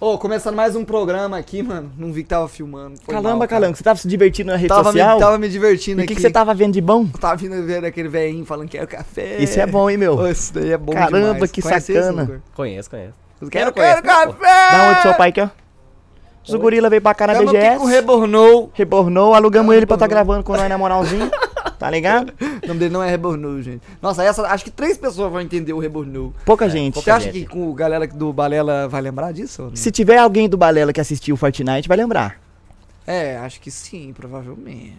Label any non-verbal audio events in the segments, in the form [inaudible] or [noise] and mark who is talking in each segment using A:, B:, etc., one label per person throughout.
A: Ô, começando mais um programa aqui, mano. Não vi que tava filmando. Foi
B: Calamba,
A: mal, cara.
B: Calango, você tava se divertindo na rede
A: Tava
B: social?
A: me, tava me divertindo
B: e o que,
A: aqui.
B: que você tá- tava vendo de bom?
A: Eu Tava vindo ver aquele velhinho falando que era café.
B: Isso é bom, hein, meu?
A: Ô, Isso daí é bom
B: Caramba,
A: demais.
B: que
A: Conhece esse,
B: sacana.
A: Lucas?
C: Conheço, conheço.
A: Eu
C: Quero
A: quero, quero
C: conhecer, pô.
A: café!
B: Dá onde seu pai aqui, ó. Os
C: Oi.
B: gorila veio pra cá na
A: Chama o
B: BGS.
A: Kiko Rebornou.
B: Rebornou, alugamos
A: Ah,
B: ele pra tá
A: rebornou.
B: gravando com nós na moralzinha. tá ligado?
A: O nome dele não é Rebornou, gente. Nossa, essa, acho que três pessoas vão entender o Rebornou.
B: Pouca gente.
A: Você
C: pouca
A: acha
C: gente.
A: que com o galera do Balela vai lembrar disso? ou não?
B: é Se tiver alguém do Balela que assistiu Fortnite, vai lembrar.
A: É, acho que sim, provavelmente.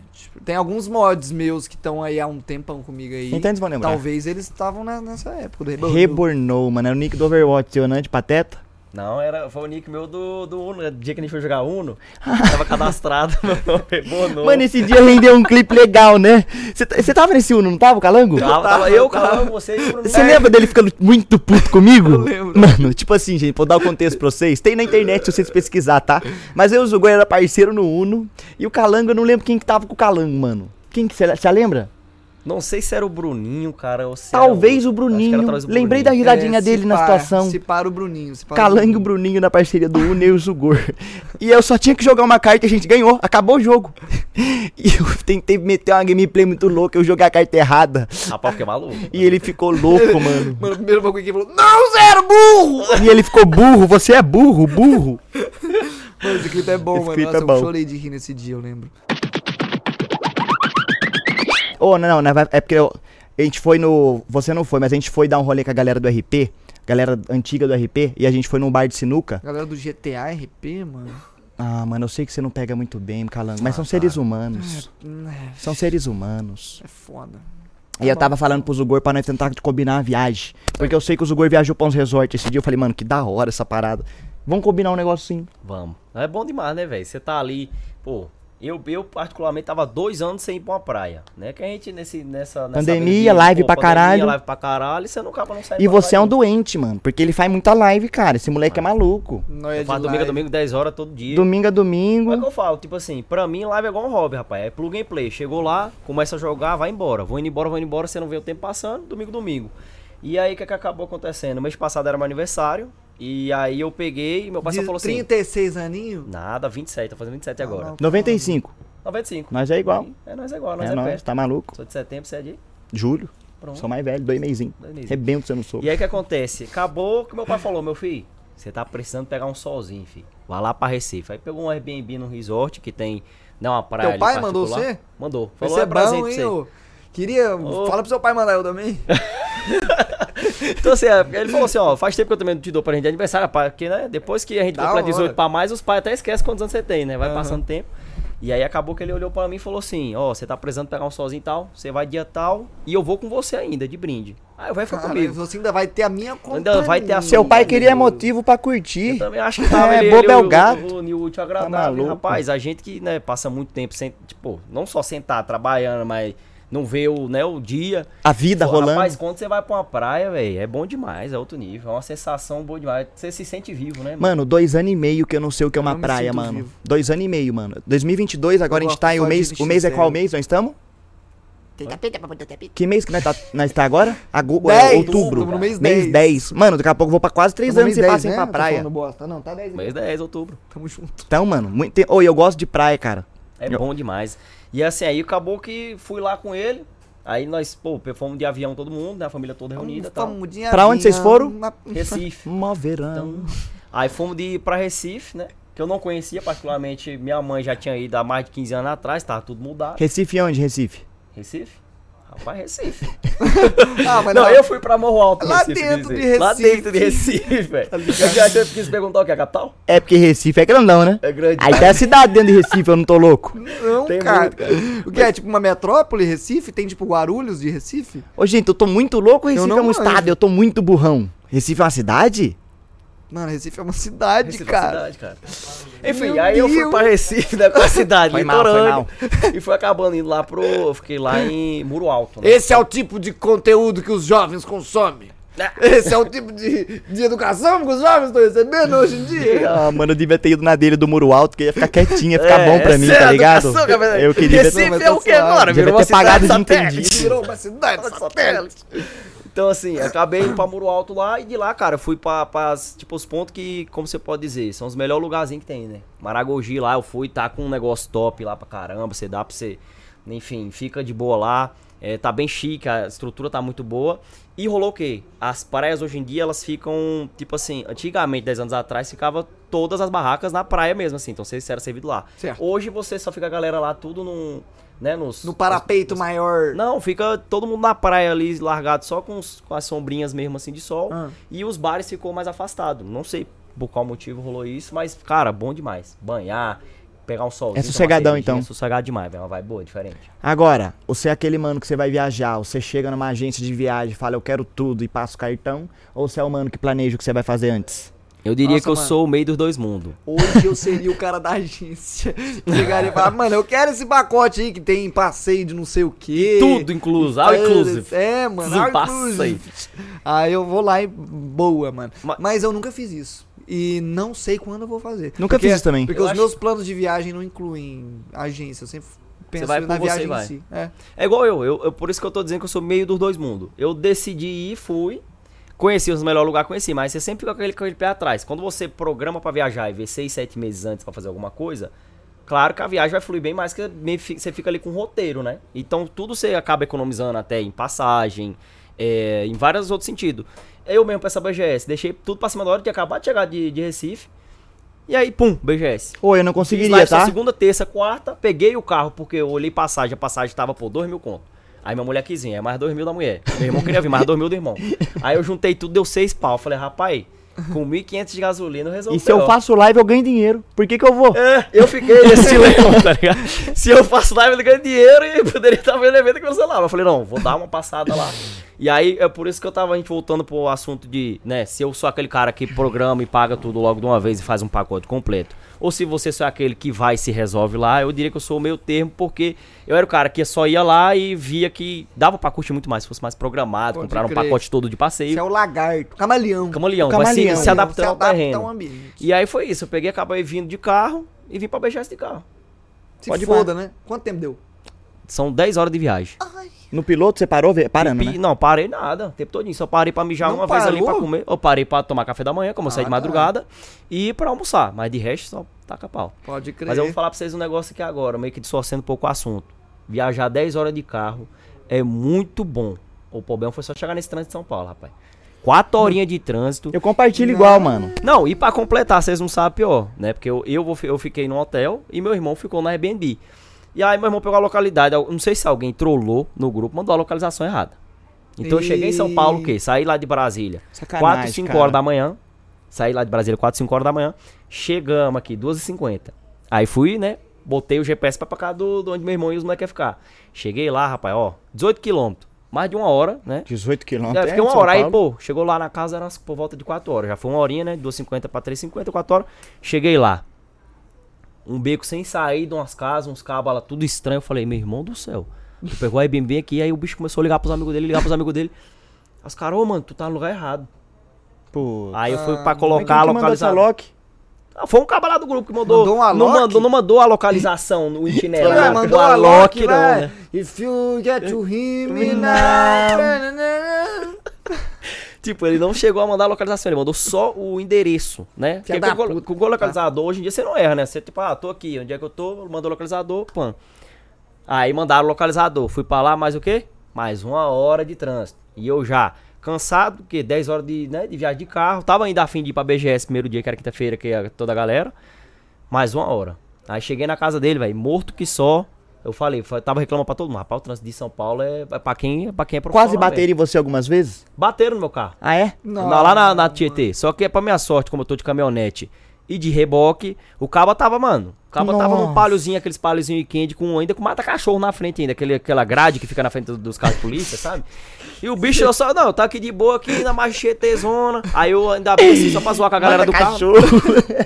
A: Tem alguns mods meus que estão aí há um tempão comigo aí.
B: Então eles vão lembrar.
A: Talvez eles estavam na- nessa época do Rebornou.
B: Rebornou, mano. Era o nick do Overwatch, seu, né? De pateta.
C: Não, era, foi o nick meu do, do Uno. né? Dia que a gente foi jogar Uno, tava cadastrado
B: [laughs]
C: no Rebonou.
B: Mano, esse dia rendeu um clipe legal, né? Você tá- você tava nesse Uno, não tava, Calango?
C: Tava,
B: tá-
C: tava eu, cara, você e o Bruno.
B: Você lembra dele ficando muito puto comigo?
A: [laughs] Eu lembro.
B: Mano, tipo assim, gente, vou dar o contexto pra vocês. Tem na internet se vocês pesquisar, tá? Mas eu e o Zugoi era parceiro no Uno. E o Calango, eu não lembro quem que tava com o Calango, mano. Quem que você já lembra?
C: Não sei se era o Bruninho, cara, ou se
B: Talvez
C: era
B: o
C: outro. Acho que era
B: Bruninho.
C: talvez o
B: Lembrei da
C: Bruninho.
B: risadinha
A: É, se
B: dele na
A: pá-
B: situação.
A: Se para o Bruninho, se para o
B: Calango e o Bruninho na parceria do Uno e o Zugor. E eu só tinha que jogar uma carta e a gente ganhou. Acabou o jogo. [laughs] E eu tentei meter uma gameplay muito louca, eu joguei a carta errada.
C: [laughs] Rapaz, que é maluco.
B: E ele ficou
A: [laughs]
B: louco, mano.
A: Mano, o primeiro bagulho que ele falou, não, zero, burro!
B: E ele ficou burro, você é burro, burro.
A: Mano, esse clipe é bom,
B: Esse
A: mano.
B: clipe
A: Nossa,
B: é bom.
A: eu chorei de rir nesse dia, eu lembro.
B: Ô, não, não, não, vai- é porque eu- a gente foi no. Você não foi, mas a gente foi dar um rolê com a galera do RP, galera antiga do RP, e a gente foi num bar de sinuca.
A: A galera do GTA RP, mano.
B: Ah, mano, eu sei que você não pega muito bem, Calango,
C: Ah,
B: mas são
C: tá.
B: seres humanos.
A: hum, É,
B: São seres humanos.
A: é foda.
C: Tá
B: E eu tava falando pro Zugor pra nós tentar combinar a viagem. Porque eu sei que o Zugor viajou pra uns resort esse dia. Eu falei, mano, que da hora essa parada. Vamos combinar um negocinho.
C: Vamos. É bom demais, né, velho? Você tá ali, pô. Eu, eu, particularmente, tava dois anos sem ir pra uma praia, né? Que a gente, nesse, nessa... nessa
B: Pandemia,
C: avenida,
B: live pra caralho.
C: live pra caralho, você não acaba não saindo
B: E
C: pra
B: você é um
C: praia,
B: doente, mano. Porque ele faz muita live, cara. Esse moleque é maluco.
A: Não
C: não. Eu faço domingo, a domingo, 10 horas todo dia.
B: Domingo a domingo.
C: Mas é que eu falo, tipo assim, pra mim live é igual um hobby, rapaz. É plug and play. Chegou lá, começa a jogar, vai embora. Vou indo embora, vou indo embora, você não vê o tempo passando, domingo, domingo. E aí, o que, que acabou acontecendo? Mês passado era meu aniversário, e aí eu peguei e meu parceiro falou assim...
A: 36 aninho?
C: Nada, 27, tô fazendo 27 agora.
B: 95.
C: 95.
B: Nós é igual.
C: É, nós é igual, nós
B: É
C: é,
B: nóis,
C: perto.
B: tá maluco?
C: Sou de setembro, você é de...
B: Julho.
C: Pronto.
B: Sou mais velho, dois meizinhos.
C: Dois meizinho.
B: Rebento se eu não sou.
C: E aí o que acontece? Acabou que meu pai falou, meu filho, você tá precisando pegar um solzinho, filho. Vai lá pra Recife. Aí pegou um Airbnb num resort que tem, né, uma praia
A: Teu
C: ali
A: pai mandou
C: particular.
A: você?
C: Mandou.
A: Vai
C: Falou,
A: ser
C: é presente
A: bom,
C: pra
A: hein,
C: você.
A: ô. Queria. Fala pro seu pai mandar eu também.
C: [laughs] Então assim, é, ele falou assim, ó, faz tempo que eu também não te dou pra gente de aniversário, rapaz, porque, né, depois que a gente
A: Da
C: completa
A: hora.
C: 18 pra mais, os pais até esquecem quantos anos você tem, né, vai
A: Aham.
C: passando tempo. E aí acabou que ele olhou pra mim e falou assim, ó, você tá precisando pegar um solzinho e tal, você vai dia tal, e eu vou com você ainda, de brinde. Aí vai ficar
A: Cara,
C: comigo.
A: Você ainda vai ter a minha companhia.
C: Ainda vai ter a
B: Seu pai
C: Mano.
B: queria motivo pra
C: Eu
B: curtir.
C: também acho que tava
B: É,
C: ele,
B: bobo
C: ele,
B: é o
C: o-
B: gato. Tá
C: O, o, o útil agradável,
B: maluco.
C: né? rapaz. A gente que né, passa muito tempo sem, tipo, não só sentar trabalhando, mas não vê o, né, o dia.
B: A vida
C: Pô,
B: Tá rolando.
C: Rapaz, quando você vai pra uma praia, velho, é bom demais, é outro nível, é uma sensação boa demais. Você se sente vivo, né?
B: Mano, dois anos e meio que eu não sei o que é uma
A: não me
B: praia,
A: sinto
B: mano.
A: vivo.
B: Dois anos e meio, mano. 2022, agora
A: Eu
B: a gente tá em. O
A: gosto só de
B: mês,
A: vestir
B: o mês é qual
A: sério.
B: mês nós estamos?
D: Tentapita,
B: Que mês que nós tá, nós tá agora? Agu
A: Dez,
B: outubro.
A: outubro, mês dez.
B: 10. Mano, daqui a pouco eu vou pra quase três
A: Tamo
B: anos
A: mês
B: e
A: 10,
B: passem
A: né?
B: pra
A: Tô
B: praia.
A: falando bosta. Não, tá 10
C: Mês 10 de outubro.
A: Tamo junto.
B: Então, mano, muito. Oi, eu gosto de praia, cara.
C: É
B: Eu-
C: bom demais. E assim, aí acabou que fui lá com ele. Aí nós, pô, fomos de avião todo mundo, né? A família toda reunida e tal.
A: Tamo de
B: Pra onde vocês
A: avião
B: foram?
A: na- [laughs]
C: Recife.
B: Mó verão.
C: Então, aí fomos de para Recife, né? Que eu não conhecia particularmente, minha mãe já tinha ido há mais de 15 anos atrás, tava tudo mudado.
B: Recife é onde, Recife?
C: Recife? Rapaz, Recife.
A: Ah, [laughs] mas
C: não, eu fui pra Morro Alto,
A: Lá
C: Recife, quer
A: dentro
C: dizer.
A: de
C: Lá
A: Recife. Tá
C: dentro de Recife, velho.
A: ligado?
C: Eu já achei que quis perguntar o que é a capital?
B: É porque Recife é grandão, né?
C: É grande.
B: Aí tem a cidade dentro de Recife, eu não tô louco.
A: Não,
C: Tem
A: cara.
C: muito, cara.
A: O que é? Tipo uma metrópole, Recife? Tem tipo Guarulhos de Recife?
B: Ô, gente, eu tô muito louco, Recife
A: não
B: é um
A: manjo.
B: estado, eu tô muito burrão. Recife é uma
C: [laughs]
B: cidade?
A: Mano, Recife é uma cidade,
C: Recife é uma
A: cara.
C: cidade, cara. Enfim,
A: Meu
C: aí eu fui
A: Deus.
C: pra Recife,
A: [laughs]
C: né, com a cidade,
B: Foi mal, foi
C: litorânea. E fui acabando indo lá pro... eu Fiquei lá em Muro Alto, né?
A: Esse é o tipo de conteúdo que os jovens consomem. Esse é o tipo de, de educação que os jovens estão recebendo hoje em dia.
B: Ah, mano, eu devia ter ido na dele do muro alto, que ia ficar quietinha, ia ficar
C: É,
B: bom pra
C: essa
B: mim,
C: é a
B: tá ligado?
C: educação, cara.
B: Eu queria
C: Recife
A: Não, mas
C: é o
A: tá
C: que
A: suave.
C: agora?
B: Devia
C: Virou uma
B: ter pagado
C: cidade
B: de
C: satélite.
B: entendido.
A: Virou uma cidade satélite.
C: Satélite. Então, assim, acabei indo pra Muro Alto lá e de lá, cara, fui pra, pras, tipo, os pontos que, como você pode dizer, são os melhores lugarzinhos que tem, né? Maragogi lá, eu fui, tá com um negócio top lá pra caramba, você dá pra você. Enfim, fica de boa lá. é, tá bem chique, a estrutura tá muito boa. E rolou o quê? As praias hoje em dia, elas ficam, tipo assim, antigamente, 10 anos atrás, ficava todas as barracas na praia mesmo, assim. Então, você era servido lá.
A: Certo.
C: Hoje, você só fica a galera lá, tudo num... Né, nos,
A: No parapeito maior.
C: não, fica todo mundo na praia ali, largado só com, os- com as sombrinhas mesmo assim de sol.
A: Ah.
C: E os bares ficou mais afastado. Não sei por qual motivo rolou isso, mas, cara, bom demais. Banhar, pegar um solzinho.
B: É
C: tomar
B: sossegadão,
C: cervejinha,
B: então.
C: É sossegado demais, velho. Uma vibe boa, diferente.
B: Agora, você é aquele mano que você vai viajar, você chega numa agência de viagem e fala eu quero tudo e passa o cartão, ou você é o mano que planeja o que você vai fazer antes?
C: Eu diria
A: Nossa,
C: que eu
A: mano.
C: sou o meio dos dois mundos.
A: Hoje eu seria o cara da agência. [laughs] Chegaria e falar, mano, eu quero esse pacote aí que tem passeio de não sei o quê.
C: Tudo incluso, all inclusive.
A: É, mano,
C: Tudo
A: all
C: passeio.
A: inclusive. Aí eu vou lá e boa, mano.
C: Ma-
A: Mas eu nunca fiz isso. E não sei quando eu vou fazer.
B: Nunca
A: Porque-
B: fiz isso também.
A: Porque
C: Eu
A: os
C: acho-
A: meus planos de viagem não incluem agência. Eu sempre penso
C: vai
A: na
C: por você
A: viagem
C: e
A: em
C: vai.
A: si. É.
C: É igual eu, eu, eu- por isso que eu tô dizendo que eu sou meio dos dois mundos. Eu decidi ir, fui, conheci os melhores lugares, conheci, mas você sempre fica com aquele, com aquele pé atrás. Quando você programa pra viajar e vê seis, sete meses antes pra fazer alguma coisa, claro que a viagem vai fluir bem mais, que meio que fi- você fica ali com o roteiro, né? Então tudo você acaba economizando até em passagem, é, em vários outros sentidos. Eu mesmo pra essa BGS, deixei tudo pra cima da hora de acabar de chegar de, de Recife. E aí, pum, BGS.
B: Ou eu não
C: Fiz
B: conseguiria,
C: live só
B: tá?
C: é segunda, terça, quarta, peguei o carro porque eu olhei passagem, a passagem tava por dois mil conto. Aí minha mulher quis ir, é mais dois mil da mulher. Meu irmão queria vir, mais dois mil do irmão. Aí eu juntei tudo, deu seis pau. Falei, rapaz, com 1.500 de gasolina eu resolvi.
B: E se eu faço live eu ganho dinheiro, por que que eu vou?
C: É, eu fiquei [laughs] nesse leão, tá ligado? Se eu faço live, eu ganho dinheiro e poderia estar vendo evento que eu lá. Eu falei, não, vou dar uma passada lá. E aí, é por isso que eu tava, a gente voltando pro assunto de, né, se eu sou aquele cara que programa e paga tudo logo de uma vez e faz um pacote completo. Ou se você só é aquele que vai e se resolve lá, eu diria que eu sou o meio termo, porque eu era o cara que só ia lá e via que dava pra curtir muito mais, se fosse mais programado,
A: Pode
C: comprar um
A: crer.
C: pacote todo de passeio.
A: Você é o lagarto. Camaleão.
C: Camaleão,
B: O
C: vai se,
B: camaleão.
C: se adaptando
A: Se
C: ao
A: adapta
C: terreno.
A: ao ambiente.
C: E aí foi isso, eu peguei, acabei vindo de carro e vim pra BGS de carro.
A: Se
B: Pode
A: foda, né? Quanto tempo deu?
C: São 10 horas de viagem.
A: Ah.
B: No piloto você parou ve- parando,
C: Pi-
B: né?
C: Não, parei nada. O tempo todinho. Só parei pra mijar
A: Não
C: uma vez ali
A: parou?
C: pra comer. Eu parei pra tomar café da manhã, como eu
A: Ah,
C: saí de
A: caralho.
C: madrugada. E pra almoçar. Mas de resto, só taca pau.
A: Pode crer.
C: Mas eu vou falar pra vocês um negócio aqui agora, meio que distorcendo um pouco o assunto. Viajar 10 horas de carro é muito bom. O problema foi só chegar nesse trânsito de São Paulo, rapaz. 4 horinhas de trânsito.
B: Eu compartilho igual, mano.
C: Não, e pra completar, vocês não sabem pior, né? Porque eu, eu, vou fi- eu fiquei no hotel e meu irmão ficou na Airbnb. E aí meu irmão pegou a localidade, eu não sei se alguém trollou no grupo, mandou a localização errada. Então eu cheguei em São Paulo, o quê? Saí lá de Brasília,
B: Sacanagem,
C: 4, 5
B: cara.
C: horas da manhã. Saí lá de Brasília, 4, 5 horas da manhã. Chegamos aqui, 2h50. Aí fui, né? Botei o GPS pra, pra cá do, do onde meu irmão e os moleques iam ficar. Cheguei lá, rapaz, ó, 18 quilômetros. Mais de uma hora, né?
B: 18
C: É,
B: quilômetros.
C: fiquei
B: é,
C: uma
B: São
C: hora aí,
B: Paulo.
C: pô, chegou lá na casa, era umas- por volta de 4 horas. Já foi uma horinha, né? 2h50 pra 3h50, 4 horas. Cheguei lá. Um beco sem sair de umas casas, uns cabos lá, tudo estranho. Eu falei, meu irmão do céu. Tu pegou a Airbnb aqui, aí o bicho começou a ligar pros amigos dele, ligar pros amigos dele. Os caras, ô mano, tu tá no lugar errado.
B: Pô. é
C: Aí eu fui
A: Ah,
C: pra
B: Mas
C: colocar a
B: quem que mandou essa
C: localização.
B: lock?
C: Ah, foi um caba lá do grupo que mandou.
A: Mandou um
C: não
A: Alok?
C: mandou, não mandou a
B: [laughs]
C: localização no itinerário.
A: Ué,
C: mandou
A: mandou
C: o
A: a
C: Alok,
A: Loki,
C: não, né?
A: né? If you get to him now.
C: Tipo, ele não chegou a mandar a localização, ele mandou só o endereço, né? Porque
A: da
C: com, o-
A: puta. Tá.
C: com o localizador, hoje em dia você não erra, né? Você, tipo, ah, tô aqui, onde é que eu tô? Mandou o localizador, pã. Aí mandaram o localizador. Fui pra lá, mais o quê? Mais uma hora de trânsito. E eu já cansado, porque 10 horas de, né, de viagem de carro. Tava ainda afim de ir pra BGS primeiro dia, que era quinta-feira, que ia toda a galera. Mais uma hora. Aí cheguei na casa dele, velho, morto que só. Eu falei, fa- tava reclamando pra todo mundo. Rapaz, o trânsito de São Paulo é é pra quem é, pra quem é
B: Quase
C: profissional mesmo."
B: bateram em você algumas vezes?
C: Bateram no meu carro.
B: Ah, é?
C: Na- lá na, na Tietê. Só que é pra minha sorte, como eu tô de caminhonete e de reboque, o cabo tava, mano. O cabo tava num
B: Nossa.
C: palhozinho, aqueles palhozinho quente, com, ainda com mata-cachorro na frente ainda, aquele, aquela grade que fica na frente dos carros de polícia, sabe? E o bicho, eu só, não, tá aqui de boa aqui na manchetezona. Aí eu ainda bem assim, só pra zoar com a galera do carro.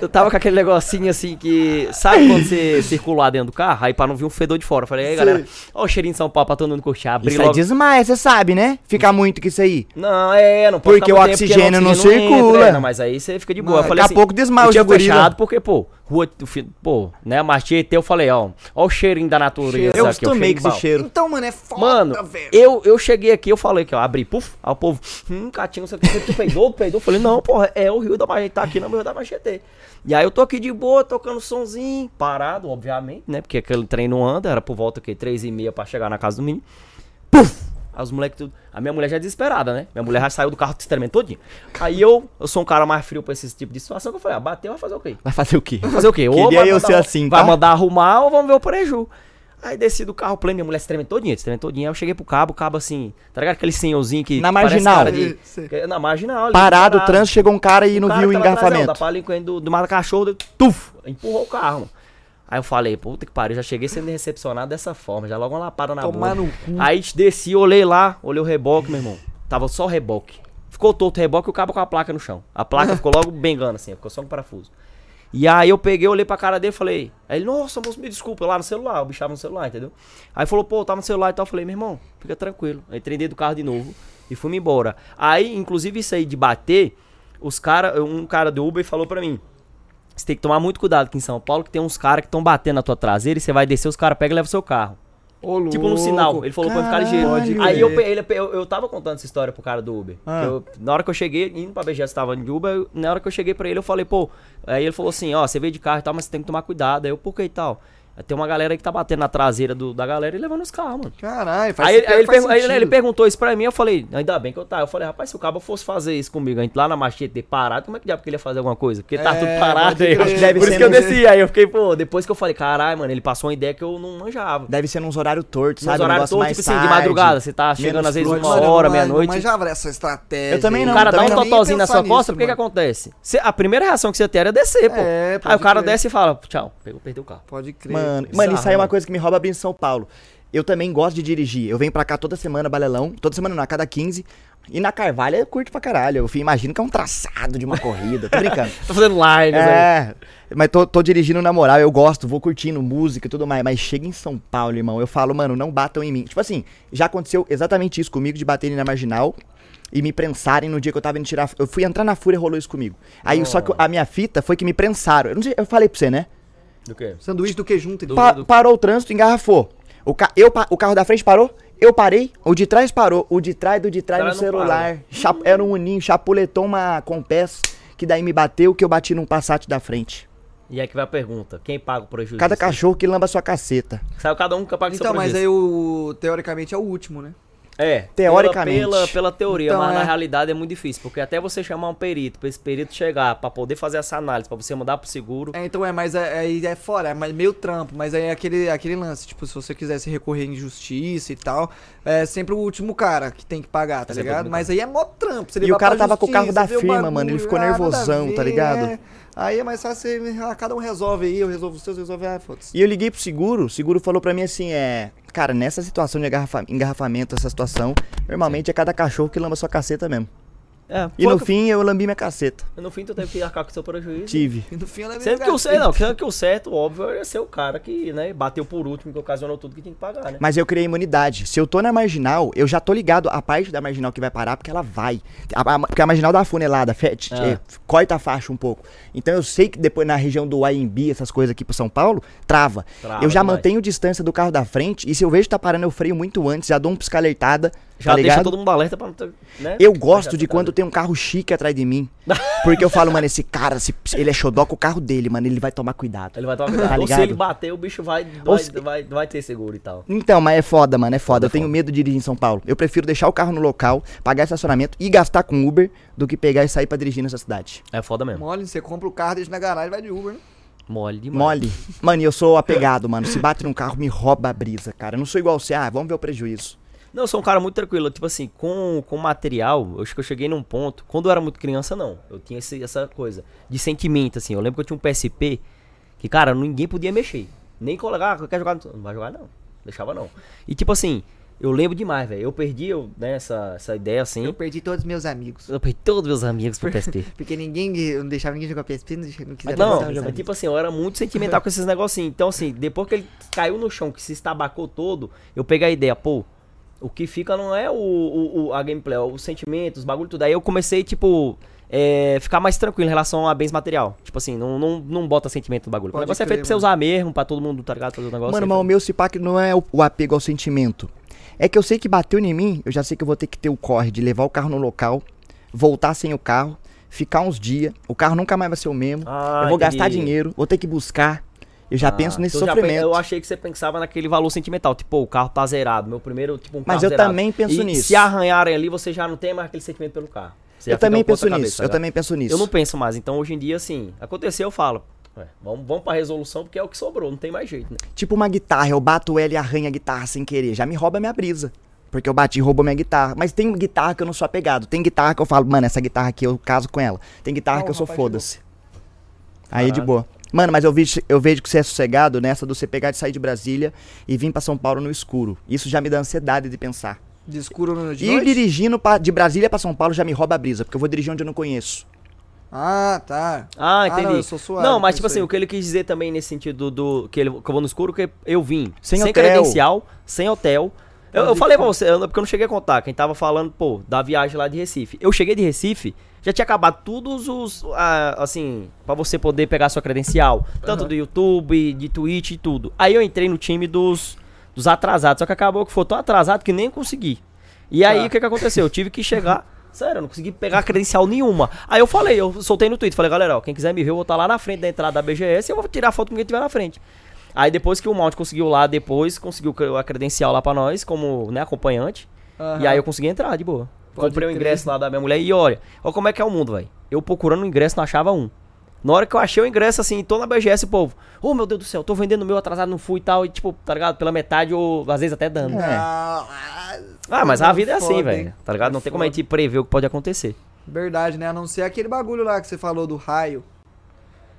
C: Eu tava com aquele negocinho assim que. Sabe quando você circular dentro do carro? Aí pra não vir um fedor de fora. Eu falei, aí galera, ó o cheirinho de São Paulo pra todo mundo curtir. Abri
B: Isso é
C: logo.
B: aí desmaia, você sabe, né? Fica muito que isso aí.
C: Não, é, não pode
B: Porque
C: ficar
B: o
C: muito tempo,
B: oxigênio não
C: entra,
B: circula.
C: né? Não, mas aí você fica de boa.
A: Não,
C: eu
A: daqui
C: falei
B: a
C: assim,
B: pouco desmaia
C: eu
B: o
C: tinha
B: gorila.
C: fechado porque, pô, Rua, o fi- pô, né? Martietê, eu falei, ó, ó o cheirinho da natureza
B: Eu
C: aqui, ó, o
B: acostumei
C: cheirinho
B: com esse
C: bom.
B: cheiro.
A: Então, mano, é foda,
C: Mano,
A: velho.
C: eu, eu cheguei aqui, eu falei que eu abri, puf, aí o povo, hum, Catinho, você tu peidou, tu peidou? Eu falei, não, porra, é o Rio da Machete, tá aqui no Rio da Machete. E aí eu tô aqui de boa, tocando sonzinho, parado, obviamente, né, porque aquele trem não anda, era por volta, o quê, três e meia pra chegar na casa do menino. Puf! Aí os moleques tudo. A minha mulher já é desesperada, né? Minha mulher já saiu do carro experimentou todinho. Aí eu, eu sou um cara mais frio pra esse tipo de situação, que eu falei, ah, bateu, vai fazer o quê?
B: Vai fazer o quê?
C: Fazer o quê? Ou
B: Queria
C: vai
B: eu
C: mandar-
B: ser assim,
C: Vai
B: tá?
C: mandar arrumar ou vamos ver o preju. Aí desci do carro pleno, minha mulher se tremendo todinha, se tremendo todinha. Aí eu cheguei pro cabo, o cabo assim, tá ligado aquele senhorzinho que...
B: Na
C: parece
B: marginal.
C: cara de-
A: Sei.
C: que- é na marginal. ali,
B: Parado, o trânsito, chegou um cara e
C: O
B: não
C: cara tá
B: viu o
C: que tava atrás, não,
B: engarrafamento.
C: Da palinha do, do mata cachorro, deu- tuf, empurrou o carro, mano. Aí eu falei, puta que pariu, já cheguei sendo recepcionado dessa forma, já logo uma lapada na
A: Tomar
C: bunda.
A: no cu.
C: Aí desci, olhei lá, olhei o reboque, meu irmão. Tava só o reboque. Ficou torto o reboque e o cabo com a placa no chão. A
B: [laughs]
C: placa ficou logo bengando assim, ficou só um parafuso. E aí eu peguei, olhei pra cara dele e falei, aí ele, nossa, moço, me desculpa, lá no celular, o bicho tava no celular, entendeu? Aí falou, pô, tava no celular e tal, eu falei, meu irmão, fica tranquilo. Aí entrei dentro do carro de novo e fui embora. Aí, inclusive isso aí de bater, os cara, um cara do Uber falou pra mim, você tem que tomar muito cuidado aqui em São Paulo, que tem uns caras que estão batendo na tua traseira e você vai descer, os caras pegam e levam seu carro.
A: Ô,
C: Tipo no
A: louco.
C: sinal. Ele falou pra eu ficar
B: Caralho,
C: ligeiro. Aí eu,
A: velho.
C: pe- ele, pe- eu, eu tava contando essa história pro cara do Uber.
B: Ah.
C: Que eu- na hora que eu cheguei, indo pra BGS, tava de Uber, eu- na hora que eu cheguei pra ele, eu falei, pô. Aí ele falou assim: ó, você veio de carro e tal, mas você tem que tomar cuidado. Aí eu, por que e tal? Tem uma galera aí que tá batendo na traseira do- da galera e levando os carros, mano.
A: Caralho, faz
C: Aí, ele- aí ele,
A: faz
C: pergun- aí ele-
A: sentido.
C: ele perguntou isso pra mim, eu falei, ainda bem que eu tava. Eu falei, rapaz, se o cabo fosse fazer isso comigo, a gente lá na machete parado, como é que diabo que ele ia fazer alguma coisa? Porque tá
A: É,
C: tudo parado
A: pode
C: aí.
A: crer.
B: Deve
C: Por
B: ser
C: isso que eu
B: no-
C: desci, aí eu fiquei, pô, depois que eu falei, caralho, mano, ele passou uma ideia que eu não manjava.
B: Deve ser nos horários tortos, sabe?
C: Nos
B: Um
C: horários
B: negócio
C: todos,
B: mais
C: tipo assim, de
B: tarde.
C: madrugada. Você tá chegando
B: menos
C: às vezes
B: fluxo.
C: uma
A: Mano, eu
C: hora,
A: não- Não
C: meia-noite.
A: manjava essa estratégia.
B: Eu também
A: aí.
B: não,
C: O cara dá um
B: também não.
C: totozinho na
A: pensar
C: sua
A: nisso,
C: costa, o que que
A: mano.
C: acontece? Cê- a primeira reação que você tem era descer, pô.
A: É, pode
C: Aí o cara
A: crer.
C: desce e fala, tchau, pegou, perdeu o carro.
A: Pode crer.
B: Mano,
C: Bizarro,
B: mano, isso aí é uma
C: mano.
B: coisa que me rouba bem em São Paulo. Eu também gosto de dirigir. Eu venho pra cá toda semana, balelão. Toda semana, não, a cada 15. E na Carvalho eu curto pra caralho. Eu fi- imagino que é um traçado de uma corrida. Tô
C: [laughs]
B: brincando.
C: Tô Tá fazendo lines aí.
B: É, mas tô, tô dirigindo na moral, eu gosto, vou curtindo música e tudo mais, mas chega em São Paulo, irmão, eu falo, mano, não batam em mim. Tipo assim, já aconteceu exatamente isso comigo, de baterem na marginal e me prensarem no dia que eu tava indo tirar... Eu fui entrar na fúria, rolou isso comigo. Aí, só que a minha fita foi que me prensaram. Eu, não sei, eu falei pra você, né?
C: Do quê?
A: Sanduíche do então. queijo junto.
B: Pa- Parou o trânsito, engarrafou. O, ca- eu pa- o carro da frente parou, eu parei, o de trás parou, o de trás do de trás
C: Cara,
B: no
C: não
B: celular. Cha- Era um uninho, chapuletou uma compass, que daí me bateu, que eu bati num Passat da frente.
C: E aí que vai a pergunta, quem paga o prejuízo?
B: Cada cachorro que lamba sua caceta.
C: Saiu cada um que paga o seu
A: Então, mas
C: prejuízo.
A: aí o. Teoricamente é o último, né?
C: É,
B: Teoricamente.
C: Pela, pela, pela teoria,
A: Então,
C: mas na
A: é.
C: realidade é muito difícil, porque até você chamar um perito, pra esse perito chegar, pra poder fazer essa análise, pra você mandar pro seguro,
A: É, então é, mas é- aí é, fora, é mais- meio trampo, mas aí é aquele, aquele lance, tipo, se você quisesse recorrer em justiça e tal, é sempre o último cara que tem que pagar, tá
C: Sempre o
A: ligado?
C: último
A: Mas aí é mó trampo. Você
B: E o
A: levar
B: cara
A: pra
B: tava com o carro
A: justiça,
B: da
A: ver o
B: firma, mano, ele ficou
A: ah, nada a
B: nervosão, tá
A: ver,
B: ligado?
A: é. Aí é mais fácil, você- ah, cada um resolve aí, eu resolvo os seus, resolve, ah, foda-se.
B: E eu liguei pro seguro, o seguro falou pra mim assim, é... Cara, nessa situação de agarrafa- engarrafamento, essa situação, normalmente é cada cachorro que lamba sua caceta mesmo.
C: é,
B: E no fim, eu lambi minha caceta.
C: no fim tu teve que arcar com o seu prejuízo.
B: Tive.
A: E no fim ela é
C: Sendo que eu sei, não, sendo que o certo, óbvio, é ser o cara que, né, bateu por último, que ocasionou tudo que tem que pagar, né?
B: Mas eu criei imunidade. Se eu tô na marginal, eu já tô ligado à parte da marginal que vai parar, porque ela vai. A- a- porque a marginal dá uma funelada, fe- t-
C: Ah.
B: é, corta a faixa um pouco. Então eu sei que depois na região do IMB, essas coisas aqui pro São Paulo, trava.
C: Trava
B: eu já
C: demais.
B: mantenho distância do carro da frente, e se eu vejo que tá parando, eu freio muito antes, já dou um piscalertada.
C: Já
B: tá
C: deixa
B: ligado?
C: todo mundo alerta pra não ter, né?
B: Eu gosto de
C: Já tá
B: quando tem um carro chique atrás de
C: [laughs]
B: mim. Porque eu falo, mano, esse cara, se- se ele é xodó com o carro dele, mano, ele vai tomar cuidado.
C: Ele vai tomar cuidado.
B: Tá
C: Ou se
B: ligado?
C: ele bater, o bicho vai,
B: Ou
C: vai,
B: se-
C: vai, vai ter seguro e tal.
B: Então, mas é foda, mano, é foda.
C: Foda,
B: Eu tenho
C: foda.
B: medo de dirigir em São Paulo. Eu prefiro deixar o carro no local, pagar estacionamento e gastar com Uber do que pegar e sair pra dirigir nessa cidade.
C: É foda mesmo.
A: Mole, você compra o carro, deixa na garagem, vai de Uber, né?
C: Mole demais.
B: Mole. Mano, e eu sou apegado, mano. Se bate num carro, me rouba a brisa, cara. Eu não sou igual você. Ah, vamos ver o prejuízo.
C: Não, eu sou um cara muito tranquilo. Tipo assim, com, com material, eu acho que eu cheguei num ponto. Quando eu era muito criança, não. Eu tinha esse- essa coisa de sentimento, assim. Eu lembro que eu tinha um PSP que, cara, ninguém podia mexer. Nem colocar, ah, quer jogar? no- Não vai jogar, não. Deixava, não. E tipo assim, eu lembro demais, velho. Eu perdi eu, né, essa, essa ideia, assim. Eu,
A: perdi todos os meus amigos.
C: perdi todos meus amigos pro PSP.
A: Porque ninguém, eu não deixava ninguém jogar PSP, não, deixava- não quis
C: Não, é tipo assim, eu era muito sentimental com esses negocinhos. Então, assim, depois que ele caiu no chão, que se estabacou todo, eu peguei a ideia, pô, o que fica não é o, o- o- a gameplay, é o sentimento, os bagulho tudo. Aí eu comecei, tipo, é, ficar mais tranquilo em relação a bens material. Tipo assim, não, não, não bota sentimento no bagulho.
A: Pode
C: o negócio é
A: crer,
C: feito pra você
A: mano.
C: usar mesmo, pra todo mundo, tá ligado? Fazer o negócio.
B: Mano,
C: é
B: mas o
C: feito-
B: meu cipac não é o, o apego ao sentimento. É que eu sei que bateu em mim, eu já sei que eu vou ter que ter o corre de levar o carro no local, voltar sem o carro, ficar uns dias, o carro nunca mais vai ser o mesmo,
C: Ah,
B: eu vou gastar
C: entendi.
B: dinheiro, vou ter que buscar. Eu já
C: Ah,
B: penso nesse
C: então já pe-
B: sofrimento.
C: eu achei que você pensava naquele valor sentimental. Tipo, pô, o carro tá zerado. Meu primeiro, tipo, um
B: Mas
C: carro
B: eu
C: zerado.
B: também penso
C: E
B: nisso.
C: Se arranharem ali, você já não tem mais aquele sentimento pelo carro. Você já
B: Eu
C: fica
B: também
C: com outra
B: penso
C: cabeça,
B: nisso,
C: tá
B: eu
C: ligado?
B: também penso nisso.
C: Eu não penso mais. Então, hoje em dia, assim, aconteceu, eu falo. "Ué, vamos, vamos pra resolução, porque é o que sobrou, não tem mais jeito, né?
B: Tipo uma guitarra, eu bato ela e arranho a guitarra sem querer. Já me rouba a minha brisa. Porque eu bati e roubou minha guitarra. Mas tem guitarra que eu não sou apegado. Tem guitarra que eu falo, mano, essa guitarra aqui eu caso com ela. Tem guitarra
A: Não,
B: que eu sou
A: rapaz, de
B: foda-se. Aí de
C: Caralho.
B: boa. Mano, mas eu vejo, eu vejo que você é sossegado nessa do você pegar de sair de Brasília e vir pra São Paulo no escuro. Isso já me dá ansiedade de pensar.
A: De escuro no de
B: E
A: noite?
B: dirigindo pra- de Brasília pra São Paulo já me rouba a brisa, porque eu vou dirigir onde eu não conheço.
A: Ah, tá.
C: Ah, entendi.
A: não, eu sou suave
C: Não, mas
A: com
C: tipo
A: isso
C: assim,
A: aí.
C: o que ele quis dizer também nesse sentido do que ele que eu vou no escuro, que eu vim
B: Sem
C: sem,
B: hotel.
C: credencial, sem hotel. Eu,
A: Pode
C: eu falei
A: crer.
C: pra você, eu- porque eu não cheguei a contar, quem tava falando, pô, da viagem lá de Recife. Eu cheguei de Recife, já tinha acabado todos os, ah, assim, pra você poder pegar sua credencial, tanto do YouTube, de Twitch e tudo. Aí eu entrei no time dos, dos atrasados, só que acabou que foi tão atrasado que nem consegui. E aí,
A: Tá.
C: o que que aconteceu? Eu tive
A: [laughs]
C: que chegar. Sério, eu não consegui pegar credencial nenhuma. Aí eu falei, eu soltei no Twitter, falei, galera, ó, quem quiser me ver, eu vou estar lá na frente da entrada da BGS e eu vou tirar foto com quem tiver na frente. Aí depois que o Mount conseguiu lá, depois conseguiu cre- a credencial lá pra nós, como né, acompanhante.
A: Aham.
C: E aí eu consegui entrar, de boa.
A: Pode
C: Comprei o
A: crer.
C: ingresso lá da minha mulher e olha, olha como é que é o mundo, velho. Eu procurando o ingresso, não achava um. Na hora que eu achei o ingresso, assim, tô na BGS, o povo, ô meu Deus do céu, tô vendendo o meu atrasado, não fui e tal, e tipo, tá ligado? Pela metade ou às vezes até dando.
B: É.
A: Ah,
C: Ah, mas
A: Mano,
C: a vida é assim,
A: foda,
C: velho.
A: hein?
C: Tá ligado? Não
A: É
C: tem como a
A: foda.
C: gente prever o que pode acontecer.
A: Verdade, né? A não ser aquele bagulho lá que você falou do raio.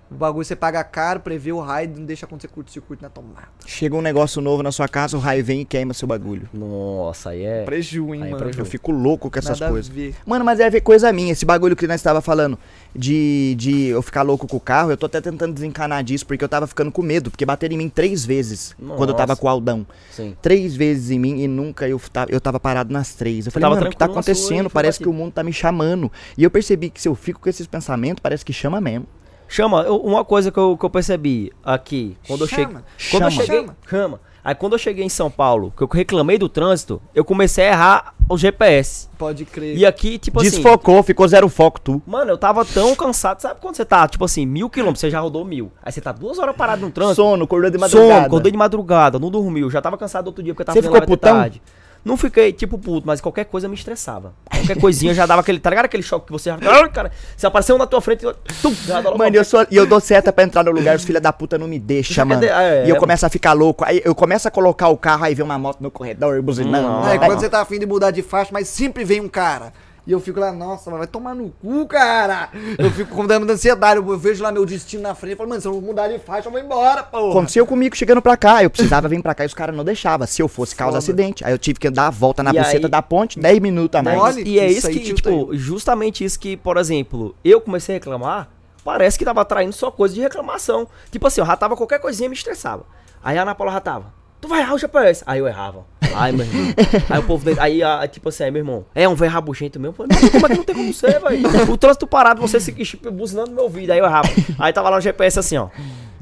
A: O bagulho você paga caro, prevê o raio, não deixa acontecer curto-circuito na tomada.
B: Chega um negócio novo na sua casa, o raio vem e queima seu bagulho.
C: Nossa, aí é.
A: Preju, hein,
C: Aí é
A: mano.
C: preju.
B: Eu fico louco com essas
A: Nada a
B: coisas.
A: ver.
B: Mano, mas é coisa minha. Esse bagulho que nós tava falando de, de eu ficar louco com o carro, eu tô até tentando desencanar disso, porque eu tava ficando com medo, porque bateram em mim três vezes quando eu tava
C: Nossa.
B: com o Aldão.
C: Sim.
B: Três vezes em mim e nunca eu tava, eu tava parado nas três. Eu falei,
C: tava
B: mano, o que tá
C: tranquilo tipo na sua e
B: acontecendo?
C: foi
B: Parece que
C: batido.
B: o mundo tá me chamando. E eu percebi que se eu fico com esses pensamentos, parece que chama mesmo.
C: Chama, eu- uma coisa que eu, que eu percebi aqui, quando eu cheguei.
A: Chama.
C: Quando eu
B: Chama.
C: cheguei.
A: Chama.
C: Chama. Aí quando eu cheguei em São Paulo, que eu reclamei do trânsito, eu comecei a errar o GPS.
A: Pode crer.
C: E aqui, tipo assim.
B: Desfocou, ficou zero foco, tu.
C: Mano, eu tava tão cansado. Sabe quando você tá, tipo assim, mil quilômetros, você já rodou mil. Aí você tá duas horas parado no trânsito.
B: Sono, acordou de madrugada.
C: Sono, acordei de madrugada, não dormiu, já tava cansado outro dia porque eu tava
B: Você ficou
C: live até
B: putão?
C: Não fiquei, tipo, puto, mas qualquer coisa me estressava. Qualquer coisinha já dava aquele, tá ligado? Aquele choque que você já...
B: [laughs]
C: Ah, cara, se apareceu um na tua frente, eu- tum, já dá logo
B: Mano,
C: uma-
B: eu sou, e eu dou seta pra entrar no lugar, os filha da puta não me deixa,
C: Cadê?
B: mano.
C: É,
B: e eu
C: é.
B: começo a ficar louco. Aí eu começo a colocar o carro, aí vem uma moto no corredor, buzinando.
C: Não,
A: Aí,
B: Vai-
A: quando você tá afim de mudar de faixa, mas sempre vem um cara. E eu fico lá, nossa, mas vai tomar no cu, cara. Eu fico com dando ansiedade. Eu vejo lá meu destino na frente e falo, mano, se eu não mudar de faixa, eu vou embora, pô.
B: Aconteceu comigo chegando pra cá, eu precisava vir pra cá e os caras não deixavam. Se eu fosse causar
A: Foda.
B: acidente, aí eu tive que dar a volta na
C: E
B: buceta
C: aí-
B: da ponte, 10 minutos a mais.
A: Olha,
C: e é
A: isso
C: isso
A: aí
C: que,
A: tilta
C: tipo, justamente isso que, por exemplo, eu comecei a reclamar, parece que tava atraindo só coisa de reclamação. Tipo assim, eu já tava qualquer coisinha me estressava. Aí a Ana Paula já tava, tu vai errar o GPS. Aí eu errava. Ai,
A: [laughs]
C: meu irmão. aí o povo, dentro- aí a- tipo assim, aí meu irmão, é um velho rabugento mesmo. Eu Falei, "Não, como é que não tem como ser, velho? O trânsito parado, você se tipo, buzinando no meu ouvido. Aí eu errava. Aí tava lá o GPS assim, ó.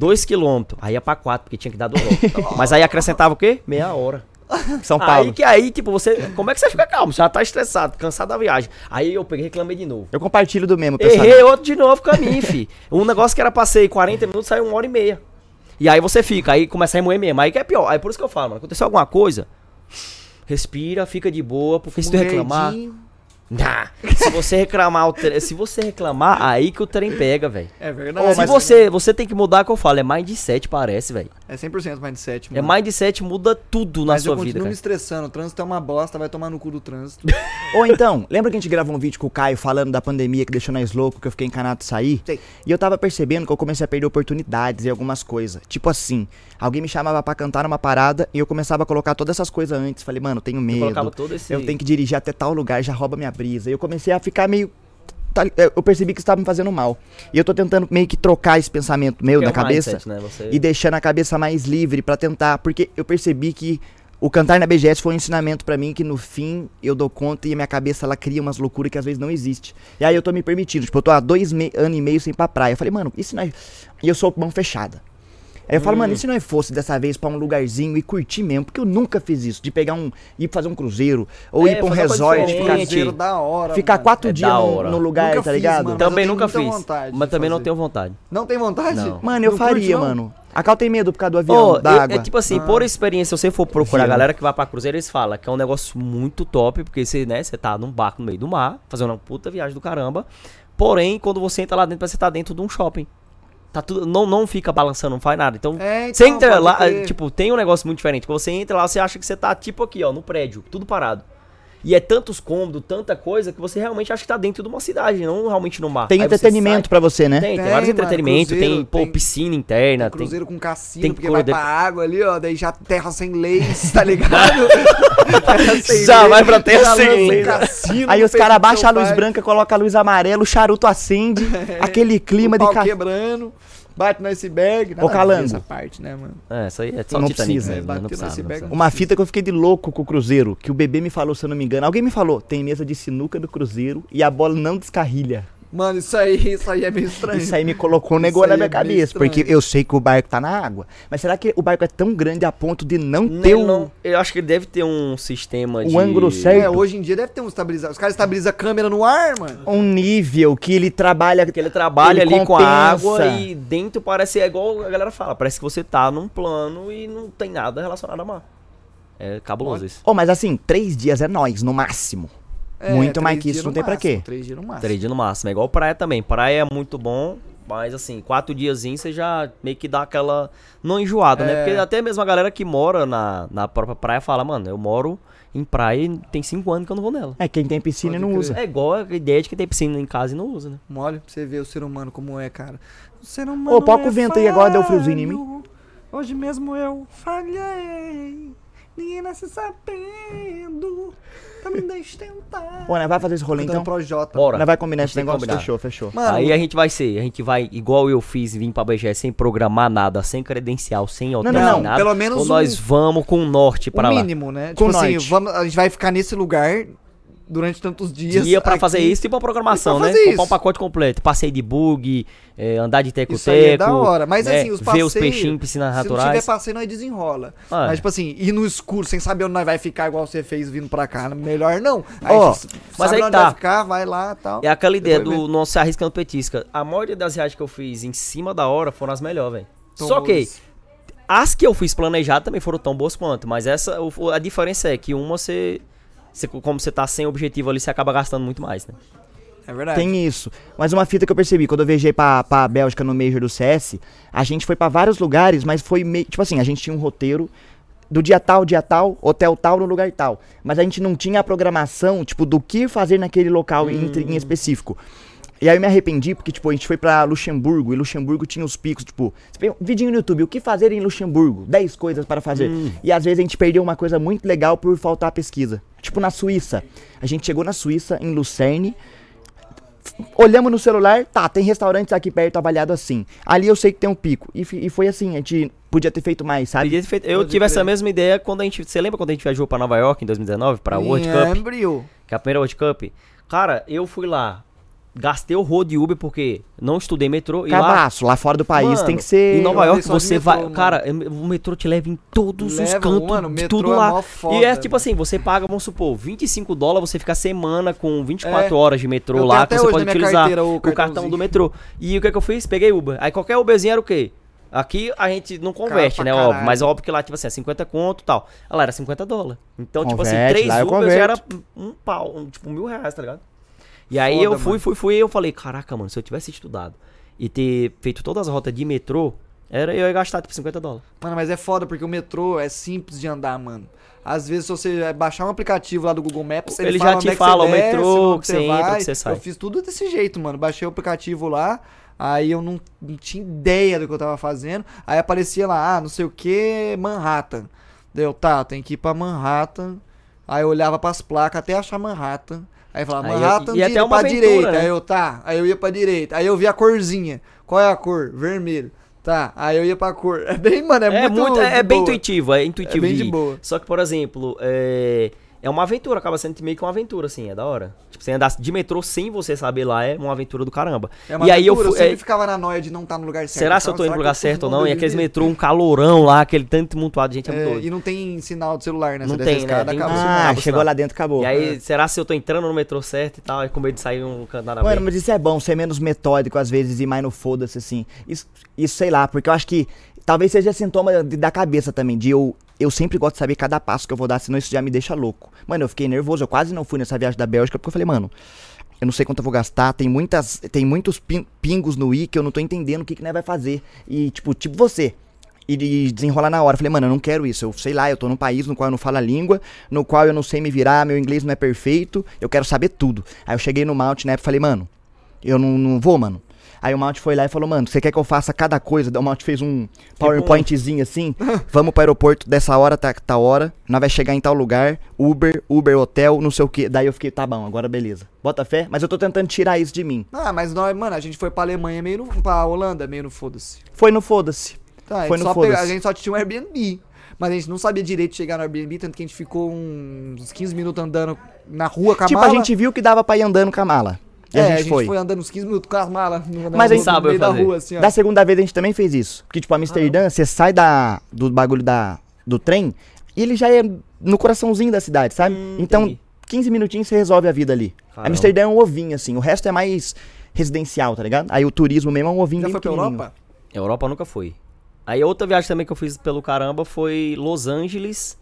C: 2km, aí ia pra 4, porque tinha que dar do
A: [laughs]
C: logo. Mas aí acrescentava o quê? Meia hora.
B: São
C: Aí
B: Paulo.
C: que aí, tipo, você. Como é que você fica calmo? Você já tá estressado, cansado da viagem. Aí eu peguei e reclamei de novo.
B: Eu compartilho do mesmo, pessoal.
C: Errei outro de novo caminho, fi. Um negócio que era passei 40 minutos, saiu uma hora e meia. E aí você fica, aí começa a remoer mesmo. Aí que é pior. Aí por isso que eu falo, mano, aconteceu alguma coisa. Respira, fica de boa, porque se tu reclamar. Nah, se você reclamar, o tre- se você reclamar, aí que o trem pega, velho.
A: É verdade.
C: Se você, você tem que mudar o que eu falo, é mindset, parece, velho.
A: É 100% mindset,
C: É
A: mano.
C: mindset, muda tudo na
A: Mas eu
C: sua
A: continuo
C: vida,
A: me
C: cara.
A: estressando. O trânsito é uma bosta, vai tomar no cu do trânsito.
B: Ou então, lembra que a gente gravou um vídeo com o Caio falando da pandemia que deixou nós loucos, que eu fiquei encanado de sair?
A: Sei.
B: E eu tava percebendo que eu comecei a perder oportunidades e algumas coisas. Tipo assim, alguém me chamava pra cantar numa parada e eu começava a colocar todas essas coisas antes. Falei, mano, eu tenho
C: colocava
B: medo.
C: todo esse-
B: Eu tenho que dirigir até tal lugar, já rouba minha brisa. E eu comecei a ficar meio. tá- Eu percebi que isso tava me fazendo mal. E eu tô tentando meio que trocar esse pensamento meu
C: Que é
B: da
C: o
B: cabeça
C: mindset, né? Você-
B: e deixando a cabeça mais livre pra tentar, porque eu percebi que O cantar na BGS foi um ensinamento pra mim que no fim eu dou conta e a minha cabeça ela cria umas loucuras que às vezes não existe. E aí eu tô me permitindo, tipo, eu tô há dois me- anos e meio sem ir pra praia. Eu falei, mano, e se nós. E eu sou mão fechada. Aí eu falo, mano, e se nós fosse dessa vez pra um lugarzinho e curtir mesmo? Porque eu nunca fiz isso, de pegar um. ir fazer um cruzeiro, ou
C: É,
B: ir pra um
C: fazer uma coisa
B: resort,
C: diferente.
B: ficar,
A: Cruzeiro da hora.
B: ficar
A: mano.
B: quatro
C: É
B: dias
C: da
B: no,
C: hora.
B: no lugar,
A: Nunca
B: tá
A: fiz,
B: ligado?
A: mano. Mas eu
C: Também
A: tenho
C: nunca
A: muita
C: fiz.
A: vontade
C: Mas
A: de
C: também não
A: fazer.
C: tenho vontade.
A: Não tem vontade?
C: Não.
B: Mano, eu
A: Não curte,
B: faria,
A: não?
B: mano. A Cal tem medo por causa do avião,
C: Ô,
B: da
C: eu-
B: água.
C: É tipo
A: Ah.
C: assim, por experiência, se você for procurar a
B: Sim.
C: galera que vai pra Cruzeiro, eles falam que é um negócio muito top, porque você, né, você tá num barco no meio do mar, fazendo uma puta viagem do caramba. Porém, quando você entra lá dentro, você tá dentro de um shopping. Tá tudo, não, não fica balançando, não faz nada. Então,
A: É, então,
C: você entra
A: pode
C: lá,
A: crer.
C: tipo, tem um negócio muito diferente. Quando você entra lá, você acha que você tá tipo aqui, ó, no prédio, tudo parado. E é tantos cômodos, tanta coisa, que você realmente acha que tá dentro de uma cidade, não realmente no mar.
B: Tem
C: Aí você
B: entretenimento pra você, né?
C: sai- Tem, tem,
A: Tem,
C: vários
A: mano,
C: entretenimentos, tem,
A: cruzeiro,
C: pô,
A: tem-
C: piscina interna, tem [laughs]
A: Cruzeiro com cassino,
C: tem
A: porque vai
C: cor de-
A: pra água ali, ó, daí já terra sem leis,
C: [laughs]
A: tá ligado? Terra sem
C: Já
A: leis,
C: vai pra terra
A: já
C: sem
A: lança um
C: leis, né?
A: cassino,
B: Aí os
A: peito
B: caras
A: do
B: abaixam a
A: seu
B: luz
A: pai, É.
B: branca, colocam a luz amarela, o
A: [laughs]
B: charuto acende, aquele clima
A: o
B: de
A: pau
B: ca...
A: quebrando, bate no iceberg. nada
B: Ô,
A: a ver
B: Calango.
A: Essa parte, né, mano?
C: É, isso aí é só
B: Não
C: Titanic
A: é,
B: precisa,
C: mesmo, né? não
A: bateu
C: precisa,
A: nesse
C: não
A: bag-
C: precisa.
B: Uma fita que eu fiquei de louco com o Cruzeiro, que o bebê me falou, se eu não me engano. Alguém me falou, tem mesa de sinuca do Cruzeiro e a bola não descarrilha.
A: Mano, isso aí, isso aí é meio estranho.
B: Isso aí me colocou um
A: Isso
B: negócio na
A: aí
B: minha
A: é meio
B: cabeça,
A: estranho.
B: porque eu sei que o barco tá na água. Mas será que o barco é tão grande a ponto de não
C: Não,
B: ter
C: ele
B: um...
C: não- eu acho que ele deve ter um sistema
B: O
C: de.
B: ângulo certo.
A: É, hoje em dia deve ter um estabilizador. Os caras estabilizam a câmera no ar, mano.
B: um nível que ele trabalha...
C: Que ele trabalha
B: Ele
C: ali com a
B: compensa.
C: água e dentro parece. É igual a galera fala, parece que você tá num plano e não tem nada relacionado a mar. É cabuloso isso.
B: Oh, mas assim, três dias é nós, no máximo.
A: É,
B: Muito
A: três
B: mais que
A: dias
B: isso,
A: no
B: não tem pra
A: máximo,
B: quê.
A: Três dias no máximo.
C: Três dias no máximo. É igual praia também. Praia é muito bom, mas assim, quatro diazinhos você já meio que dá aquela. Não enjoada, né?
A: É.
C: Porque até mesmo a galera que mora na, na própria praia fala, mano, eu moro em praia e tem cinco anos que eu não vou
A: [laughs]
C: nela.
B: É, quem tem piscina
A: Pode
B: não
A: crer.
B: usa.
C: É igual a ideia de quem tem piscina em casa e não usa, né?
A: Olha pra você ver o ser humano como é, cara. O ser humano.
B: Ô, pau com
A: é
B: o vento aí, agora deu um friozinho em
A: falho.
B: mim.
A: Hoje mesmo eu falhei. Ninguém nasce sabendo. Tá me deixa tentar.
B: Ô, nós vai fazer esse rolê então?
A: pro Jota.
C: Bora.
B: Nós vai combinar esse
C: tem que
B: negócio?
C: combinar.
B: Fechou, fechou.
A: Mano,
C: aí a gente vai ser, a gente vai, igual eu fiz, vim pra BGS sem programar nada, sem credencial, sem hotel,
B: não,
C: sem
B: não,
C: nada.
A: pelo menos
C: ou nós
A: um-
C: vamos com o norte pra
A: o
C: lá.
A: mínimo, né?
B: Com
A: tipo assim,
B: norte.
A: vamos, a gente vai ficar nesse lugar durante tantos dias.
C: Dia pra
A: aqui.
C: fazer isso, tipo uma programação,
A: E pra
C: né?
A: fazer
C: Comprar um
A: isso.
C: pacote completo. Passeio de bug, eh, andar de teco-teco.
A: Isso aí é da hora. Mas
C: né?
A: assim, os
C: Ver
A: passeios.
C: os peixinhos, em piscinas
A: Se não tiver
C: naturais.
A: passeio, nós desenrola.
C: Ah, é.
A: Mas, tipo assim, ir no escuro, sem saber onde nós vai ficar, igual você fez vindo pra cá, melhor não.
B: Ó,
A: você sabe
C: mas aí
A: onde
C: tá.
A: vai ficar, vai lá e tal.
C: É aquela ideia
A: Depois
C: do não se arriscando petisca. A maioria das viagens que eu fiz em cima da hora foram as melhores, velho. Só
A: Tomou
C: que
A: isso.
C: as que eu fiz planejadas também foram tão boas quanto, mas essa o- a diferença é que uma você, você como você tá sem objetivo ali, você acaba gastando muito mais, né?
A: É verdade.
B: Tem isso. Mas uma fita que eu percebi, quando eu viajei pra, pra Bélgica no Major do CS, a gente foi pra vários lugares, mas foi meio. Tipo assim, a gente tinha um roteiro do dia tal, dia tal, hotel tal, no lugar tal. Mas a gente não tinha a programação, tipo, do que fazer naquele local em, entre- em específico. E aí eu me arrependi, porque, tipo, a gente foi pra Luxemburgo, e Luxemburgo tinha os picos, tipo, você vê um vidinho no YouTube, o que fazer em Luxemburgo? 10 coisas para fazer. E às vezes a gente perdeu uma coisa muito legal por faltar pesquisa. Tipo, na Suíça. A gente chegou na Suíça, em Lucerne, olhamos no celular, tá, tem restaurantes aqui perto avaliado assim. Ali eu sei que tem um pico. E, fi- e foi assim, a gente podia ter feito mais,
A: Tá
B: sabe?
C: Podia ter feito- Eu tive essa mesma ideia quando a gente, você lembra quando a gente viajou pra Nova York em 2019 pra World Cup?
A: Lembro.
C: Que é a primeira World Cup. Cara, eu fui lá, gastei o rodo de Uber porque não estudei metrô e lá
B: Cabaço, lá fora do país
C: Mano,
B: tem que ser.
C: Em Nova
A: Eu
C: York
A: andei só de
C: você
A: metrô,
C: vai.
A: mano.
C: Cara, o metrô te leva em todos os
A: Leva,
C: cantos.
A: mano, o
C: de
A: metrô
C: tudo
A: é
C: lá.
A: mó foda,
C: e é tipo
A: velho.
C: assim, você paga, vamos supor, 25 dólares, você fica a semana com 24 horas de
A: É.
C: metrô
A: Eu tenho
C: lá,
A: até
C: que você
A: hoje
C: pode
A: na minha
C: utilizar
A: carteira o
C: o cartão
A: cartãozinho.
C: do metrô. E o que é que eu fiz? Peguei Uber. Aí qualquer Uberzinho era o quê? Aqui a gente não converte,
A: pra
C: né?
A: caralho.
C: Óbvio. Mas óbvio que lá, tipo assim, é 50 conto e tal. Ah, Lá era 50 dólares. Então, tipo assim,
B: Converte,
C: três
B: lá eu
C: Ubers já era
B: converto.
C: um pau, um, tipo, mil reais, tá ligado? E aí
A: Foda,
C: eu fui,
A: mano.
C: fui, fui, e eu falei, caraca, mano, se eu tivesse estudado e ter feito todas as rotas de metrô, era eu ia gastar tipo 50 dólares.
A: Mano, mas é foda porque o metrô é simples de andar, mano. Às vezes, se você eh, baixar um aplicativo lá do Google Maps,
C: Ele já te
A: onde é que
C: fala
A: você
C: o metrô,
A: onde
C: que você entra, que você sai.
A: Eu fiz tudo desse jeito, mano. Baixei o aplicativo lá, aí eu não, não tinha ideia do que eu tava fazendo. Aí aparecia lá, ah, não sei o que, Manhattan. Deu, tá, tem que ir pra Manhattan. Aí eu olhava pras placas até achar Manhattan. Aí eu falava,
C: Aí eu-
A: Manhattan,
C: e é até
A: vira
C: uma
A: pra
C: aventura,
A: direita.
C: né?
A: Aí eu, tá, aí eu ia pra direita. Aí eu vi a corzinha. Qual é a cor? Vermelho. Tá, aí eu ia pra cor. [laughs] É bem, mano, é,
C: É,
A: muito.
C: muito, é,
A: de
C: é bem
A: boa.
C: intuitivo, é intuitivo.
A: É bem de
C: ir.
A: boa.
C: Só que, por exemplo, é, é uma aventura, acaba sendo meio que uma aventura, assim, é da hora. Tipo, você andar de metrô sem você saber lá é uma aventura do caramba.
A: É uma
C: e aí eu
A: aventura,
C: fui.
A: sempre
C: é,
A: ficava na noia de não estar no lugar certo. então
C: será se eu
A: Ficava,
C: tô indo
A: será que
C: pro lugar
A: eu tô
C: certo ou
A: no
C: não? E
A: lugar
C: aqueles
A: direito?
C: metrô, um calorão lá, aquele tanto montuado de gente, é, muito
A: É,
C: doido.
A: e não tem sinal de celular, né?
C: Não
A: Você desce a
C: tem, né?
A: escada,
C: Tem
A: acaba o
C: que-
A: sinal.
B: Ah,
C: sinal.
B: chegou lá dentro, acabou.
C: E
A: é.
C: aí, será se eu tô entrando no metrô certo e tal, e com medo de sair um canto nada a ver?
B: Mano, mas isso é bom, ser menos metódico às vezes e mais no foda-se, assim. Isso, isso sei lá, porque eu acho que talvez seja sintoma de- da cabeça também, de eu, eu sempre gosto de saber cada passo que eu vou dar, senão isso já me deixa louco. Mano, eu fiquei nervoso, eu quase não fui nessa viagem da Bélgica, porque eu falei, mano, eu não sei quanto eu vou gastar, tem muitas tem muitos pin- pingos no i que eu não tô entendendo o que que nós vai fazer. E tipo, tipo você. E de desenrolar na hora. Eu Falei, mano, eu não quero isso. Eu sei lá, eu tô num país no qual eu não falo a língua, no qual eu não sei me virar, meu inglês não é perfeito, eu quero saber tudo. Aí eu cheguei no Mount Nap e falei, mano, eu não, não vou, mano. Aí o Mount foi lá e falou, mano, você quer que eu faça cada coisa? Daí O Mount fez um PowerPointzinho [laughs] assim. Vamos pro aeroporto dessa hora, tá, tá hora. Nós vai chegar em tal lugar. Uber, Uber, hotel, não sei o quê. Daí eu fiquei, tá bom, agora beleza. Bota fé. Mas eu tô tentando tirar isso de mim.
A: Ah, mas nós, mano, a gente foi pra Alemanha meio no. pra Holanda meio no foda-se.
B: Foi no foda-se.
A: Tá,
B: Foi
A: foi
B: no
A: só
B: foda-se.
A: pega- a gente só tinha um Airbnb. Mas a gente não sabia direito chegar no Airbnb, tanto que a gente ficou uns 15 minutos andando na rua com a
B: Tipo,
A: mala.
B: a gente viu que dava pra ir andando com a mala. E
A: é,
B: a, gente foi.
A: andando uns 15 minutos com as malas no,
B: Mas a gente
A: no
C: sabe
A: meio da
C: fazer.
A: rua, assim, ó.
B: Da segunda vez a gente também fez isso. Porque, tipo, Amsterdã, você sai da, do bagulho da, do trem e ele já é no coraçãozinho da cidade, sabe?
A: Hum,
B: então,
C: entendi.
B: 15 minutinhos você resolve a vida ali.
C: Caramba.
B: Amsterdã é um ovinho, assim. O resto é mais residencial, tá ligado? Aí o turismo mesmo é um ovinho
A: Já
B: bem
A: foi pra
B: pequenininho.
A: Europa?
C: Europa nunca foi. Aí outra viagem também que eu fiz pelo caramba foi Los Angeles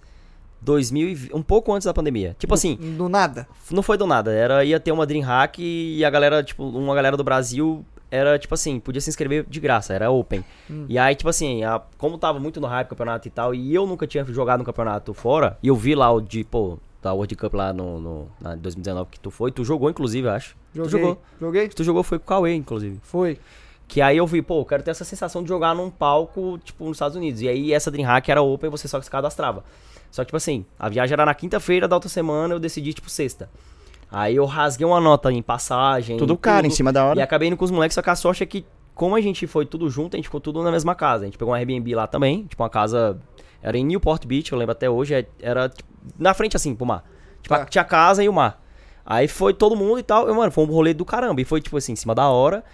C: 2020, um pouco antes da pandemia. Tipo assim, [laughs]
A: Do nada.
C: não foi do nada, era ia ter uma Dreamhack e a galera, tipo, uma galera do Brasil era tipo assim, podia se inscrever de graça, era open. E aí, tipo assim, a- como tava muito no hype o campeonato e tal, e eu nunca tinha jogado no campeonato fora, e eu vi lá o de, pô, da World Cup lá no, no na 2019 que tu foi, tu jogou inclusive, eu acho.
A: Joguei.
C: Tu jogou.
A: Joguei?
C: Tu jogou foi com o Cauê, inclusive.
A: Foi.
C: Que aí eu vi, pô, eu quero ter essa sensação de jogar num palco, tipo, nos Estados Unidos. E aí essa Dreamhack era open, você só se cadastrava. Só que, tipo assim, a viagem era na quinta-feira da outra semana, eu decidi, tipo, sexta. Aí eu rasguei uma nota em passagem.
B: Tudo caro, em cima da hora.
C: E acabei indo com os moleques, só que a sorte é que, como a gente foi tudo junto, a gente ficou tudo na mesma casa. A gente pegou um Airbnb lá também, tipo, uma casa. Era em Newport Beach, eu lembro até hoje. é- Era tipo, na frente, assim, pro mar. Tipo,
A: Tá.
C: a- tinha a casa e o mar. Aí foi todo mundo e tal. E, mano, foi um rolê do caramba. E foi, tipo assim, em cima da hora.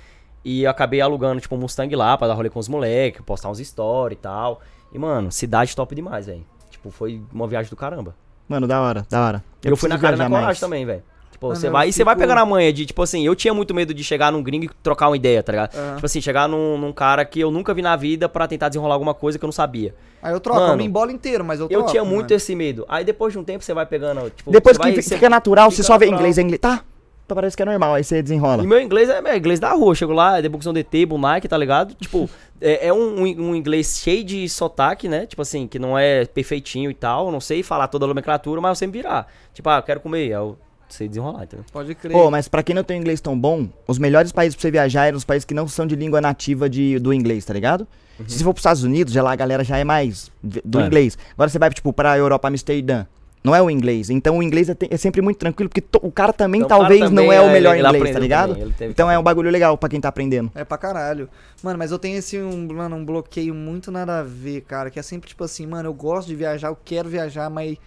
C: E eu acabei alugando, tipo, um Mustang lá pra dar rolê com os moleques, postar uns stories e tal. E, mano, cidade top demais, velho. Tipo, foi uma viagem do caramba.
B: Mano, da hora, da hora.
C: Eu,
B: preciso
C: fui na cara e na
B: viajar
C: coragem
B: mais.
C: também, velho. Tipo,
A: Mano,
C: você
A: eu
C: vai, e você vai
A: Ah, fico-
C: pegar na manha de, tipo assim, eu tinha muito medo de chegar num gringo e trocar uma ideia, tá ligado?
A: Ah.
C: Tipo assim, chegar num, num cara que eu nunca vi na vida pra tentar desenrolar alguma coisa que eu não sabia.
A: Aí eu troco, eu
C: Mano,
A: me embolo inteiro, mas eu
C: Eu
A: troco.
C: tinha muito
A: mano.
C: esse medo. Aí depois de um tempo você vai pegando, tipo,
B: Depois
C: você
B: que
C: vai-
B: fica,
C: você-
B: natural, você
C: fica
B: só vê
C: natural.
B: inglês, é inglês. Tá, tá, parece que é normal, aí você desenrola.
C: E meu inglês é, é inglês da rua. Eu chego lá, é debuxão de table, Nike, tá ligado? [laughs] Tipo, é, é um, um inglês cheio de sotaque, né? Tipo assim, que não é perfeitinho e tal. Eu não sei falar toda a nomenclatura, mas eu sempre virar. Tipo, ah, eu quero comer. Aí eu sei desenrolar, entendeu?
A: Pode crer.
B: Pô, mas pra quem não tem inglês tão bom, os melhores países pra você viajar eram os países que não são de língua nativa de, do inglês, tá ligado? Se você for pros Estados Unidos, já lá a galera já é mais v- do
C: Uhum. É.
B: inglês. Agora você vai, tipo, pra Europa, Amsterdã. Não é o inglês. Então o inglês é, te- é sempre muito tranquilo, porque to- o cara também
C: Então, o cara
B: talvez não
C: também,
B: é o
C: é,
B: melhor
C: ele
B: inglês, tá
C: aprendeu
B: ligado?
C: também, ele teve
B: então
C: que-
B: é um bagulho legal pra quem tá aprendendo.
A: É pra caralho. Mano, mas eu tenho esse um, mano, um bloqueio muito nada a ver, cara. Que é sempre tipo assim, mano, eu gosto de viajar, eu quero viajar, mas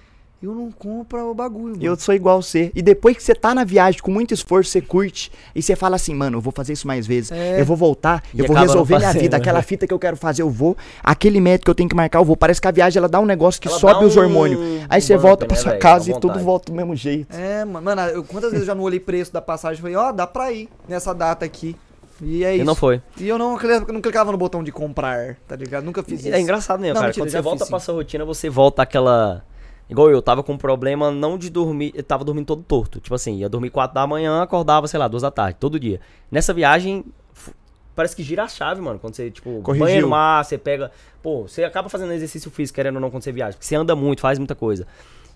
A: eu não compro o bagulho. Mano.
B: Eu sou igual você. E depois que você tá na viagem com muito esforço, você curte. E você fala assim, mano, eu vou fazer isso mais vezes.
A: É.
B: Eu vou voltar,
C: E
B: eu vou
C: acaba não
B: resolver minha
C: fazendo,
B: vida.
C: né?
B: Aquela fita que eu quero fazer, eu vou. Aquele método que eu tenho que marcar, eu vou. Parece que a viagem ela dá um negócio que
C: Ela
B: sobe
C: dá
B: os
C: um
B: hormônios. Aí você
C: bump,
B: volta pra
C: né,
B: sua
C: velho?
B: casa
C: Dá
B: e tudo
C: vontade.
B: volta do mesmo jeito.
A: É, mano, mano, eu, quantas vezes eu já não olhei preço da passagem e falei, ó, dá pra ir nessa data aqui. E é
C: E
A: isso.
C: não foi.
A: E eu não, cli- não clicava no botão de comprar, tá ligado? Nunca fiz isso.
C: É engraçado mesmo,
A: Não,
C: cara.
A: mentira,
C: Quando
A: já
C: você volta
A: fiz, sim.
C: pra sua rotina, você volta àquela. Igual eu, tava com um problema não de dormir. Eu tava dormindo todo torto. Tipo assim, ia dormir 4 da manhã, acordava, sei lá, 2 da tarde, todo dia. Nessa viagem, f- parece que gira a chave, mano. Quando você, tipo,
B: Corrigiu.
C: banha no mar, você pega. Pô, você acaba fazendo exercício físico, querendo ou não, quando você viaja. Porque você anda muito, faz muita coisa.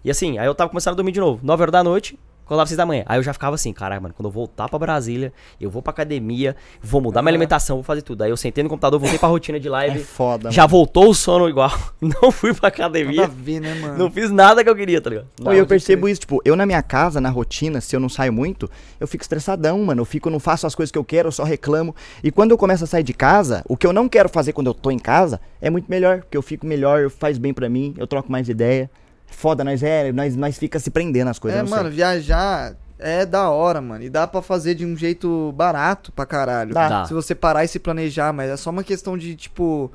C: E assim, aí eu tava começando a dormir de novo. 9 horas da noite, Acordava seis da manhã. Aí eu já ficava assim, caralho, mano, quando eu voltar pra Brasília, eu vou pra academia, vou mudar minha alimentação, vou fazer tudo. Aí eu sentei no computador, voltei pra rotina de
B: É
C: live.
B: foda,
C: já voltou o sono igual. [laughs] Não fui pra
A: Nada a
C: academia.
A: ver, né, mano?
C: Não fiz nada que eu queria, tá ligado?
B: Não, e eu percebo isso, tipo, eu na minha casa, na rotina, se eu não saio muito, eu fico estressadão, mano. Eu fico, não faço as coisas que eu quero, eu só reclamo. E quando eu começo a sair de casa, o que eu não quero fazer quando eu tô em casa é muito melhor, porque eu fico melhor, eu- faz bem pra mim, eu troco mais ideia. Foda, nós é, nós, nós fica se prendendo às coisas.
A: É,
B: eu não sei.
A: mano, viajar é da hora, mano. E dá pra fazer de um jeito barato pra caralho.
C: Dá.
A: Se você parar e se planejar, mas é só uma questão de, tipo.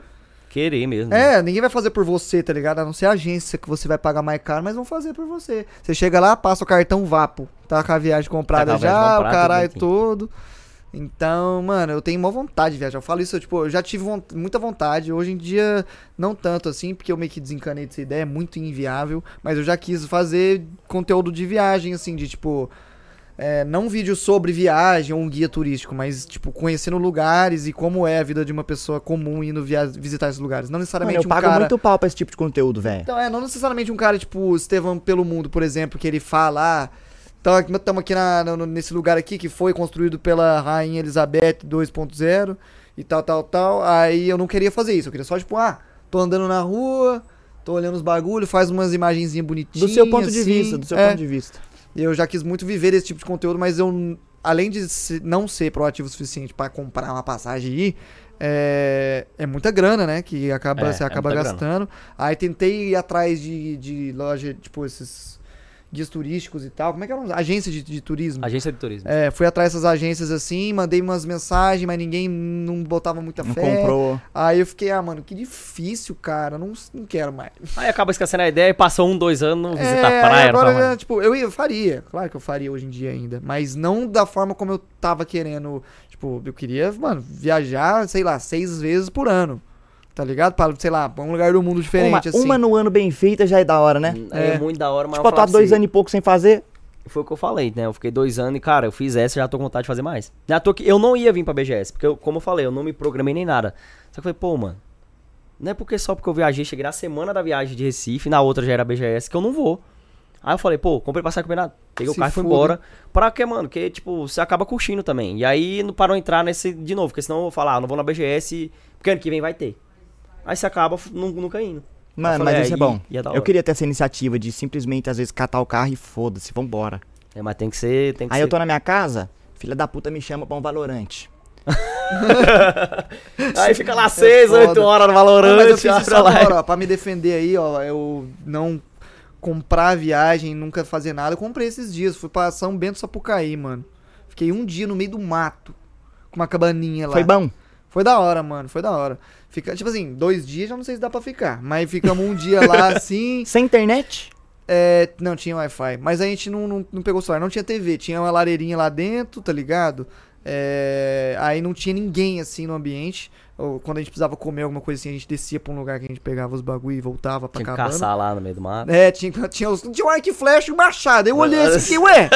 C: Querer mesmo.
A: É, ninguém vai fazer por você, tá ligado? A não ser a agência que você vai pagar mais caro, mas vão fazer por você. Você chega lá, passa o cartão VAPO. Tá com a viagem comprada
C: Tá com a viagem
A: já,
C: comprada,
A: o caralho
C: tudo
A: todo. Então, mano, eu tenho maior vontade de viajar. Eu falo isso, eu, tipo, eu já tive von- muita vontade. Hoje em dia, não tanto assim, porque eu meio que desencanei dessa ideia, é muito inviável. Mas eu já quis fazer conteúdo de viagem, assim, de tipo. é, não um vídeo sobre viagem ou um guia turístico, mas, tipo, conhecendo lugares e como é a vida de uma pessoa comum indo via- visitar esses lugares. Não
B: Mano,
A: necessariamente
B: eu
A: um
B: pago
A: cara...
B: muito pau pra esse tipo de conteúdo, velho.
A: Então, é, não necessariamente um cara tipo Estevão pelo mundo, por exemplo, que ele fala. Ah, estamos aqui na- no- nesse lugar aqui que foi construído pela Rainha Elizabeth 2.0 e tal, tal, tal. Aí eu não queria fazer isso. Eu queria só, tipo, ah, tô andando na rua, tô olhando os bagulhos, faz umas imagenzinhas
B: Do
A: bonitinhas.
B: seu ponto de
A: assim.
B: vista, do seu
A: É.
B: ponto de vista.
A: Eu já quis muito viver esse tipo de conteúdo, mas eu, n- além de se- não ser proativo o suficiente pra comprar uma passagem e ir, é, é muita grana, né? Que acaba,
C: É,
A: você
C: é
A: acaba
C: muita
A: gastando. Aí tentei ir atrás de, de loja, tipo, esses guias turísticos e tal. Como é que era? o nome? Agência de, de turismo.
C: Agência de turismo.
A: É, fui atrás dessas agências assim, mandei umas mensagens, mas ninguém não botava muita
B: Não
A: Tá fé.
B: comprou.
A: Aí eu fiquei, ah, mano, que difícil, cara. Não, não quero mais.
C: Aí acaba esquecendo a ideia e passou um, dois anos, visita
A: É,
C: a praia,
A: aí
C: não
A: agora,
C: faz mais.
A: tipo, eu, eu faria. Claro que eu faria hoje em dia ainda. Mas não da forma como eu tava querendo. Tipo, eu queria, mano, viajar, sei lá, seis vezes por ano. Tá ligado? Para, sei lá, pra um lugar do mundo
B: Uma,
A: diferente, assim.
B: uma no ano bem feita já é da hora, né?
C: Aí é.
A: É.
C: muito da hora, mas
B: Tipo, eu
C: eu
B: tô há
C: falo
B: dois
C: assim,
B: anos e pouco sem fazer.
C: Foi o que eu falei, né? Eu fiquei dois anos e, cara, eu fiz essa já tô com vontade de fazer mais. Não é à toa que eu não ia vir pra BGS, porque, eu, como eu falei, eu não me programei nem nada. Só que eu falei, pô, mano, não é porque só porque eu viajei, cheguei na semana da viagem de Recife, na outra já era BGS, que eu não vou. Aí eu falei, pô, comprei passagem combinada, peguei
A: Se
C: o carro e fui
A: foda.
C: embora. Pra quê, mano? Porque, tipo, você acaba curtindo também. E aí não parou entrar nesse de novo, porque senão eu vou falar, ah, não vou na BGS, porque ano que vem vai ter. Aí você acaba f- nu- nunca indo.
B: Mano,
C: falei,
B: mas
C: é,
B: isso é
C: e-
B: bom.
C: e é da
B: eu
C: hora.
B: queria ter essa iniciativa de simplesmente, às vezes, catar o carro e foda-se, vambora.
C: É, mas tem que ser. Tem que
B: Aí
C: ser.
B: eu tô na minha casa, filha da puta me chama pra um valorante.
C: Aí fica lá seis,
A: é foda.
C: oito horas no
A: Ah, mas eu
C: Valorant,
A: fiz isso
C: olha lá.
A: agora, ó, pra me defender aí, ó, eu não comprar a viagem, nunca fazer nada. Eu comprei esses dias, fui pra São Bento Sapucaí, mano. Fiquei um dia no meio do mato, com uma cabaninha lá.
B: Foi bom.
A: Foi da hora, mano, foi da hora. Fica, tipo assim, dois dias já não sei se dá pra ficar, mas ficamos um dia
C: [laughs]
A: lá assim.
B: Sem internet?
A: É, não tinha Wi-Fi, mas a gente não, não, não pegou celular, não tinha TV, tinha uma lareirinha lá dentro, tá ligado? É, aí não tinha ninguém assim no ambiente. Ou quando a gente precisava comer alguma coisa assim, a gente descia pra um lugar que a gente pegava os bagulho e voltava pra
C: Tinha que
A: cabana.
C: caçar lá no meio do mato.
A: É, tinha, tinha, os- tinha um arco e flecha e um machado. Eu olhei assim,
C: [laughs]
A: fiquei, ué,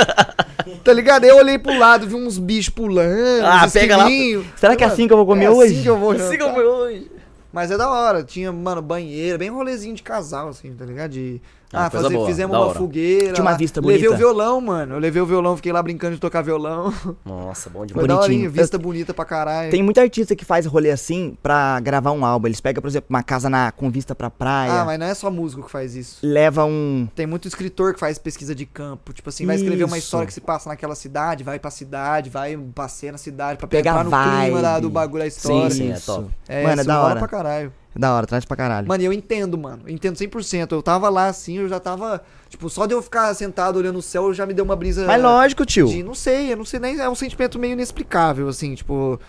A: tá ligado? Aí Eu olhei pro lado, vi uns bichos pulando,
C: Ah,
A: uns
C: pega lá.
A: esquilinhos.
B: Será que é
A: Mano,
B: assim que eu vou comer
A: é
B: hoje?
A: Assim que eu vou
C: Assim
A: jantar.
C: como eu hoje.
A: Mas é da hora, tinha, mano, banheiro, bem rolezinho de casal, assim, tá ligado? De.
C: Ah,
A: Ah,
C: coisa
A: fazer-
C: boa,
A: fizemos
C: da
A: uma
C: hora.
A: fogueira.
B: Tinha uma
A: lá.
B: vista
A: Levei
B: bonita.
A: o violão, mano. Eu levei o violão, fiquei lá brincando de tocar violão. [laughs]
C: Nossa, bom
A: Foi
C: demais.
A: da horinha,
B: Eu-
A: vista bonita pra caralho.
B: Tem muito artista que faz rolê assim pra gravar um álbum. Eles pegam, por exemplo, uma casa na, com vista pra praia,
A: Ah, mas não é só músico que faz isso.
B: leva um.
A: Tem muito escritor que faz pesquisa de campo. Tipo assim, vai escrever uma
B: Isso.
A: história que se passa naquela cidade, vai pra cidade, vai passeia na cidade pra
B: Pega
A: pegar no clima
B: vibe.
A: da- do bagulho da história.
C: sim, é
B: Isso.
C: top.
A: É,
B: Mano, é
A: isso
B: da hora.
A: pra caralho.
B: É Da hora, traz pra caralho.
A: Mano, eu entendo, mano. Eu Entendo 100%. Eu tava lá assim, eu já tava. Tipo, só de eu ficar sentado olhando o céu, já me deu uma brisa.
B: Mas lógico, tio.
A: de- não sei, eu não sei nem. É um sentimento meio inexplicável, assim, tipo.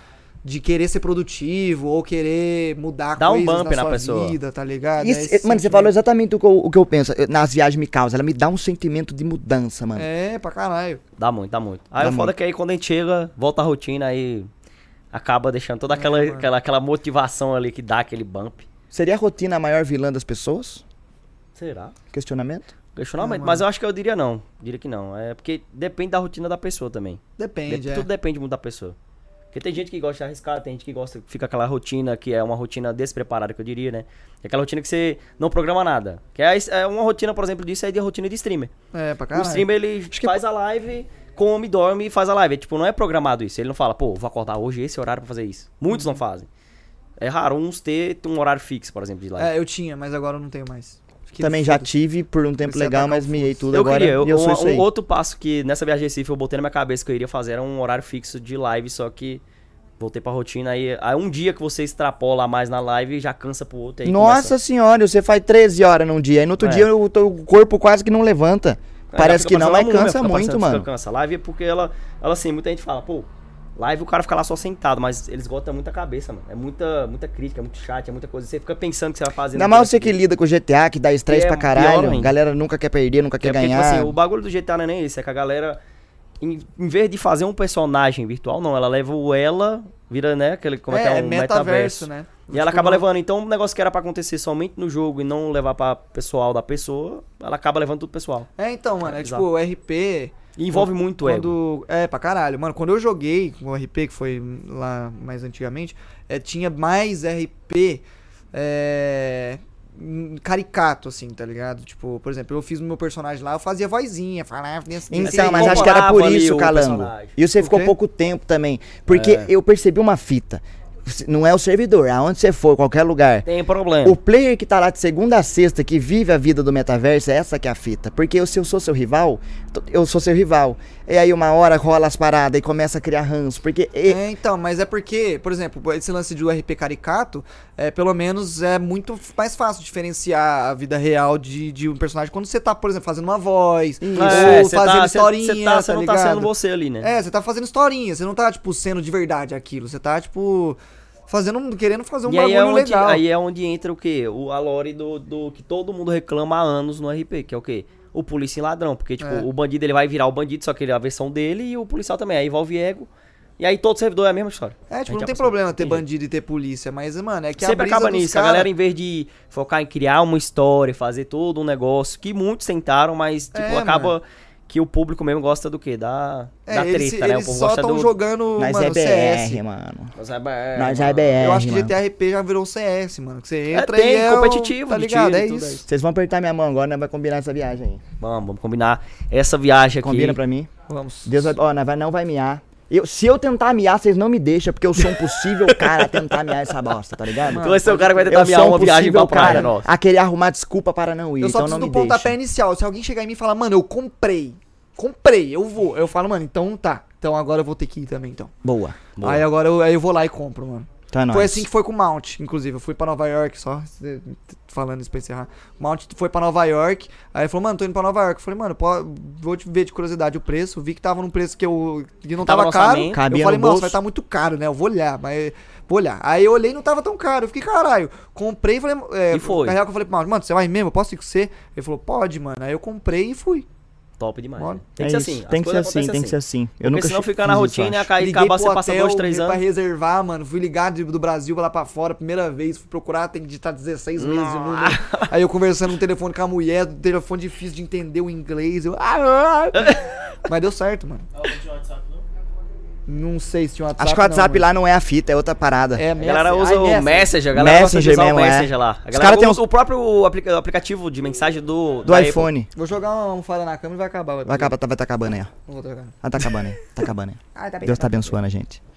A: De querer ser produtivo ou querer mudar
C: Dá um
A: coisas
C: bump na
A: na sua
C: pessoa.
A: vida, tá ligado?
B: Isso-
A: É esse
B: mano, você
A: sentimento.
B: falou exatamente o que, eu, o que eu penso. Eu- Nas viagens me causa. Ela me dá um sentimento de mudança, mano.
A: É, pra caralho.
C: Dá muito, dá muito. Aí
B: Dá
C: o foda é
B: muito.
C: que aí quando a gente chega, volta a rotina, aí acaba deixando toda aquela,
A: É, mano.
C: aquela, aquela motivação ali que dá aquele bump.
B: Seria a rotina a maior vilã das pessoas?
C: Será?
B: Questionamento?
C: Questionamento.
A: Não,
C: mas eu acho que eu diria não. Diria que não. É porque depende da rotina da pessoa também.
A: Depende,
C: Dep-
A: é.
C: Tudo depende muito da pessoa. Porque tem gente que gosta de arriscar, tem gente que gosta que fica aquela rotina que é uma rotina despreparada, que eu diria, né? É aquela rotina que você não programa nada. Que é, é uma rotina, por exemplo, disso é de rotina de streamer.
A: É, pra caralho. é
C: O streamer, ele faz a live, come, dorme e faz a live. É, tipo, não é programado isso. Ele não fala, pô, vou acordar hoje esse horário pra fazer isso. Muitos
A: Uhum.
C: não fazem. É raro uns ter um horário fixo, por exemplo, de
A: É,
C: live.
A: eu tinha, mas agora eu não tenho mais. Fiquei
B: Também já
A: foda-se.
B: tive por um tempo
A: Comecei a
B: legal,
A: atacar
B: mas
A: o
B: miei
A: fundo.
B: tudo
C: Eu
B: agora.
C: queria, eu,
B: e eu sou
C: um,
B: isso
C: um
B: aí.
C: outro passo que nessa viagem a Recife eu botei na minha cabeça que eu iria fazer era um horário fixo de live, só que voltei pra rotina aí, aí um dia que você extrapola mais na live já cansa pro outro aí
B: Nossa
C: começa-
B: senhora, você faz 13 horas num dia, e no outro
C: É.
B: dia o teu corpo quase que não levanta.
C: aí
B: Parece
C: já
B: que
C: fica
B: não, mas
C: parecendo uma múmia,
B: cansa
C: "Ah, né? fica
B: muito,
C: parecendo-
B: mano.
C: Fica cansa. Live é porque ela, ela assim, muita gente fala, pô, live o cara fica lá só sentado, mas eles botam muita cabeça, mano. É muita, muita crítica, é muito chat, é muita coisa. Você fica pensando que você vai fazer.
B: Ainda
C: no
B: mais
C: dia
B: você que
C: seguinte.
B: lida com o GTA, que dá estresse
C: é
B: pra
C: pior
B: caralho.
C: ainda.
B: Galera nunca quer perder, nunca quer
C: É porque,
B: ganhar.
C: tipo assim, o bagulho do GTA não é nem esse, é que a galera, em, em vez de fazer um personagem virtual, não, ela leva o ela, vira, né, aquele, como é, que é, um metaverso.
A: né?
C: E ela
A: Tipo,
C: acaba
A: não-
C: levando, então um negócio que era pra acontecer somente no jogo e não levar pra pessoal da pessoa, ela acaba levando tudo pessoal.
A: É, então, mano, é,
C: É
A: tipo,
C: bizarro.
A: o RP.
C: E envolve muito o ego.
A: Quando, é, pra caralho. Mano, quando eu joguei com o RP, que foi lá mais antigamente, é, tinha mais RP é, hum, caricato, assim, tá ligado? Tipo, por exemplo, eu fiz o meu personagem lá, eu fazia vozinha, falava... nesse- nesse-
B: Então, mas acho que era por
C: incorporava ali
B: isso,
C: o
B: Calango.
C: personagem.
B: E você
A: O
B: ficou
A: quê? É.
B: pouco tempo também. Porque eu percebi uma fita. Não é o servidor, aonde você for, qualquer lugar.
C: Tem
A: É.
C: problema.
B: O player que tá lá de segunda a sexta, que vive a vida do metaverso, é essa que é a fita. Porque eu- se eu sou seu rival, t- eu sou seu rival. E aí uma hora rola as paradas e começa a criar ranço. Porque e-
A: É, então, mas é porque, por exemplo, esse lance do RP caricato, é, pelo menos é muito f- mais fácil diferenciar a vida real de, de um personagem quando você tá, por exemplo, fazendo uma voz,
C: É,
A: ou
C: você tá-
A: fazendo
C: você-
A: historinha,
C: Você tá, você não tá sendo
A: ligado?
C: você ali, né?
A: É, você tá fazendo historinha, você não tá, tipo, sendo de verdade aquilo, você tá, tipo, fazendo, um- querendo fazer um
C: e aí
A: bagulho
C: é, onde,
A: legal.
C: aí é onde entra o quê? O, a lore do, do que todo mundo reclama há anos no RP, que é o quê? O polícia e ladrão. Porque, tipo,
A: É.
C: o bandido ele vai virar o bandido, só que ele é a versão dele, e o policial também. Aí envolve ego. E aí todo servidor é a mesma história.
A: É,
C: A gente
A: tipo, não
C: já
A: tem
C: passou-
A: problema ter
C: jeito.
A: bandido e ter polícia, mas, mano, é que a
C: Sempre
A: brisa
C: acaba
A: dos
C: nisso.
A: cara-
C: A galera, em vez de focar em criar uma história, fazer todo um negócio, que muitos tentaram, mas, tipo,
A: É,
C: acaba que o público mesmo gosta do quê? Da,
A: é,
C: da treta,
A: eles,
C: né?
A: eles um
C: o povo
A: só
C: gosta
A: tão
C: do.
A: jogando,
B: nós
A: mano,
B: é BR,
A: CS.
B: mano.
C: Nós é BR,
B: Nós é
C: mano.
B: BR,
A: Eu acho que
B: mano.
A: GTRP já virou CS, mano, que você
C: É,
A: entra
C: tem,
A: e é o-
C: competitivo,
A: tá
C: de
A: ligado?
C: tiro e
A: é
C: tudo, é
A: isso.
C: isso.
B: Vocês vão apertar minha mão agora, nós vamos combinar essa viagem aí.
C: Vamos, vamos combinar essa viagem aqui.
B: Combina pra mim?
A: Vamos.
B: Deus, vai- ó, não vai, não vai miar. Eu, se eu tentar miar, vocês não me deixam, porque eu sou um possível [laughs] cara a tentar miar essa bosta, tá ligado?
C: Tu vai ser Então, é o cara que vai tentar
B: eu
C: miar
B: sou um
C: uma viagem pra
B: possível
C: praia,
B: cara
C: nossa.
B: aquele arrumar desculpa para não ir,
A: Eu só
B: então
A: preciso
B: não me
A: do pontapé
B: deixa.
A: inicial. Se alguém chegar em mim e falar, mano, eu comprei. Comprei, eu vou. Eu falo, mano, então tá. Então agora eu vou ter que ir também, então.
B: Boa.
C: Boa.
A: Aí agora eu, aí eu vou lá e compro, mano.
B: Então é nóis.
A: Foi assim que foi com o Mount, inclusive. Eu fui pra Nova York, só eh, t- falando isso pra encerrar. O Mount foi pra Nova York. Aí ele falou, mano, tô indo pra Nova York. Eu falei, mano, pô, vou te ver de curiosidade o preço. Vi que tava num preço que eu. que não
C: Tava
A: tava,
C: no
A: caro.
C: orçamento.
B: Cabia
A: eu falei,
B: no
A: mano,
B: bolso.
A: vai estar muito caro, né? Eu vou olhar, mas. Vou olhar. Aí eu olhei e não tava tão caro. Eu fiquei, caralho. Comprei e falei. É,
C: E foi.
A: na real que eu falei pro Mount, mano, você vai mesmo? Eu posso ir com você? Ele falou, pode, mano. Aí eu comprei e fui.
C: Top demais.
A: Bora.
C: né? Tem
B: É
C: que
B: isso,
C: ser assim. as
B: Tem que ser
C: coisas
B: assim,
C: acontecem
B: tem que ser assim. Eu
C: Porque
B: nunca
C: senão
B: chi-
C: ficar na
B: fiz isso,
C: rotina
B: eu
C: e
B: acho.
C: acaba
A: Liguei pro
C: você passando dois, três
A: pra
C: anos.
A: reservar, mano. Fui ligar de- do Brasil pra lá pra fora, primeira vez. Fui procurar, tem que digitar 16 meses o número.
C: [laughs]
A: Aí eu conversando no telefone com a mulher, um telefone difícil de entender o inglês. Eu... Ah, ah.
C: [laughs]
A: Mas deu certo, mano. Não sei se tinha WhatsApp.
B: Acho que o WhatsApp
A: não,
B: lá não é a fita, é outra parada.
A: É,
C: A galera usa o Messenger, a galera gosta de
B: Messenger
C: usar o
B: mesmo, é.
C: Messenger lá. A
B: Os
C: galera
B: cara tem
C: usa
B: uns-
C: o próprio aplica- aplicativo de mensagem do...
B: Do
C: da
B: iPhone.
A: Vou jogar uma almofada na cama e vai acabar.
B: Vai acabar, tá, vai tá acabando aí, ó.
A: Não vou trocar.
B: Ah, tá acabando aí, tá acabando aí.
D: Ah, tá bem.
B: Deus tá abençoando a gente.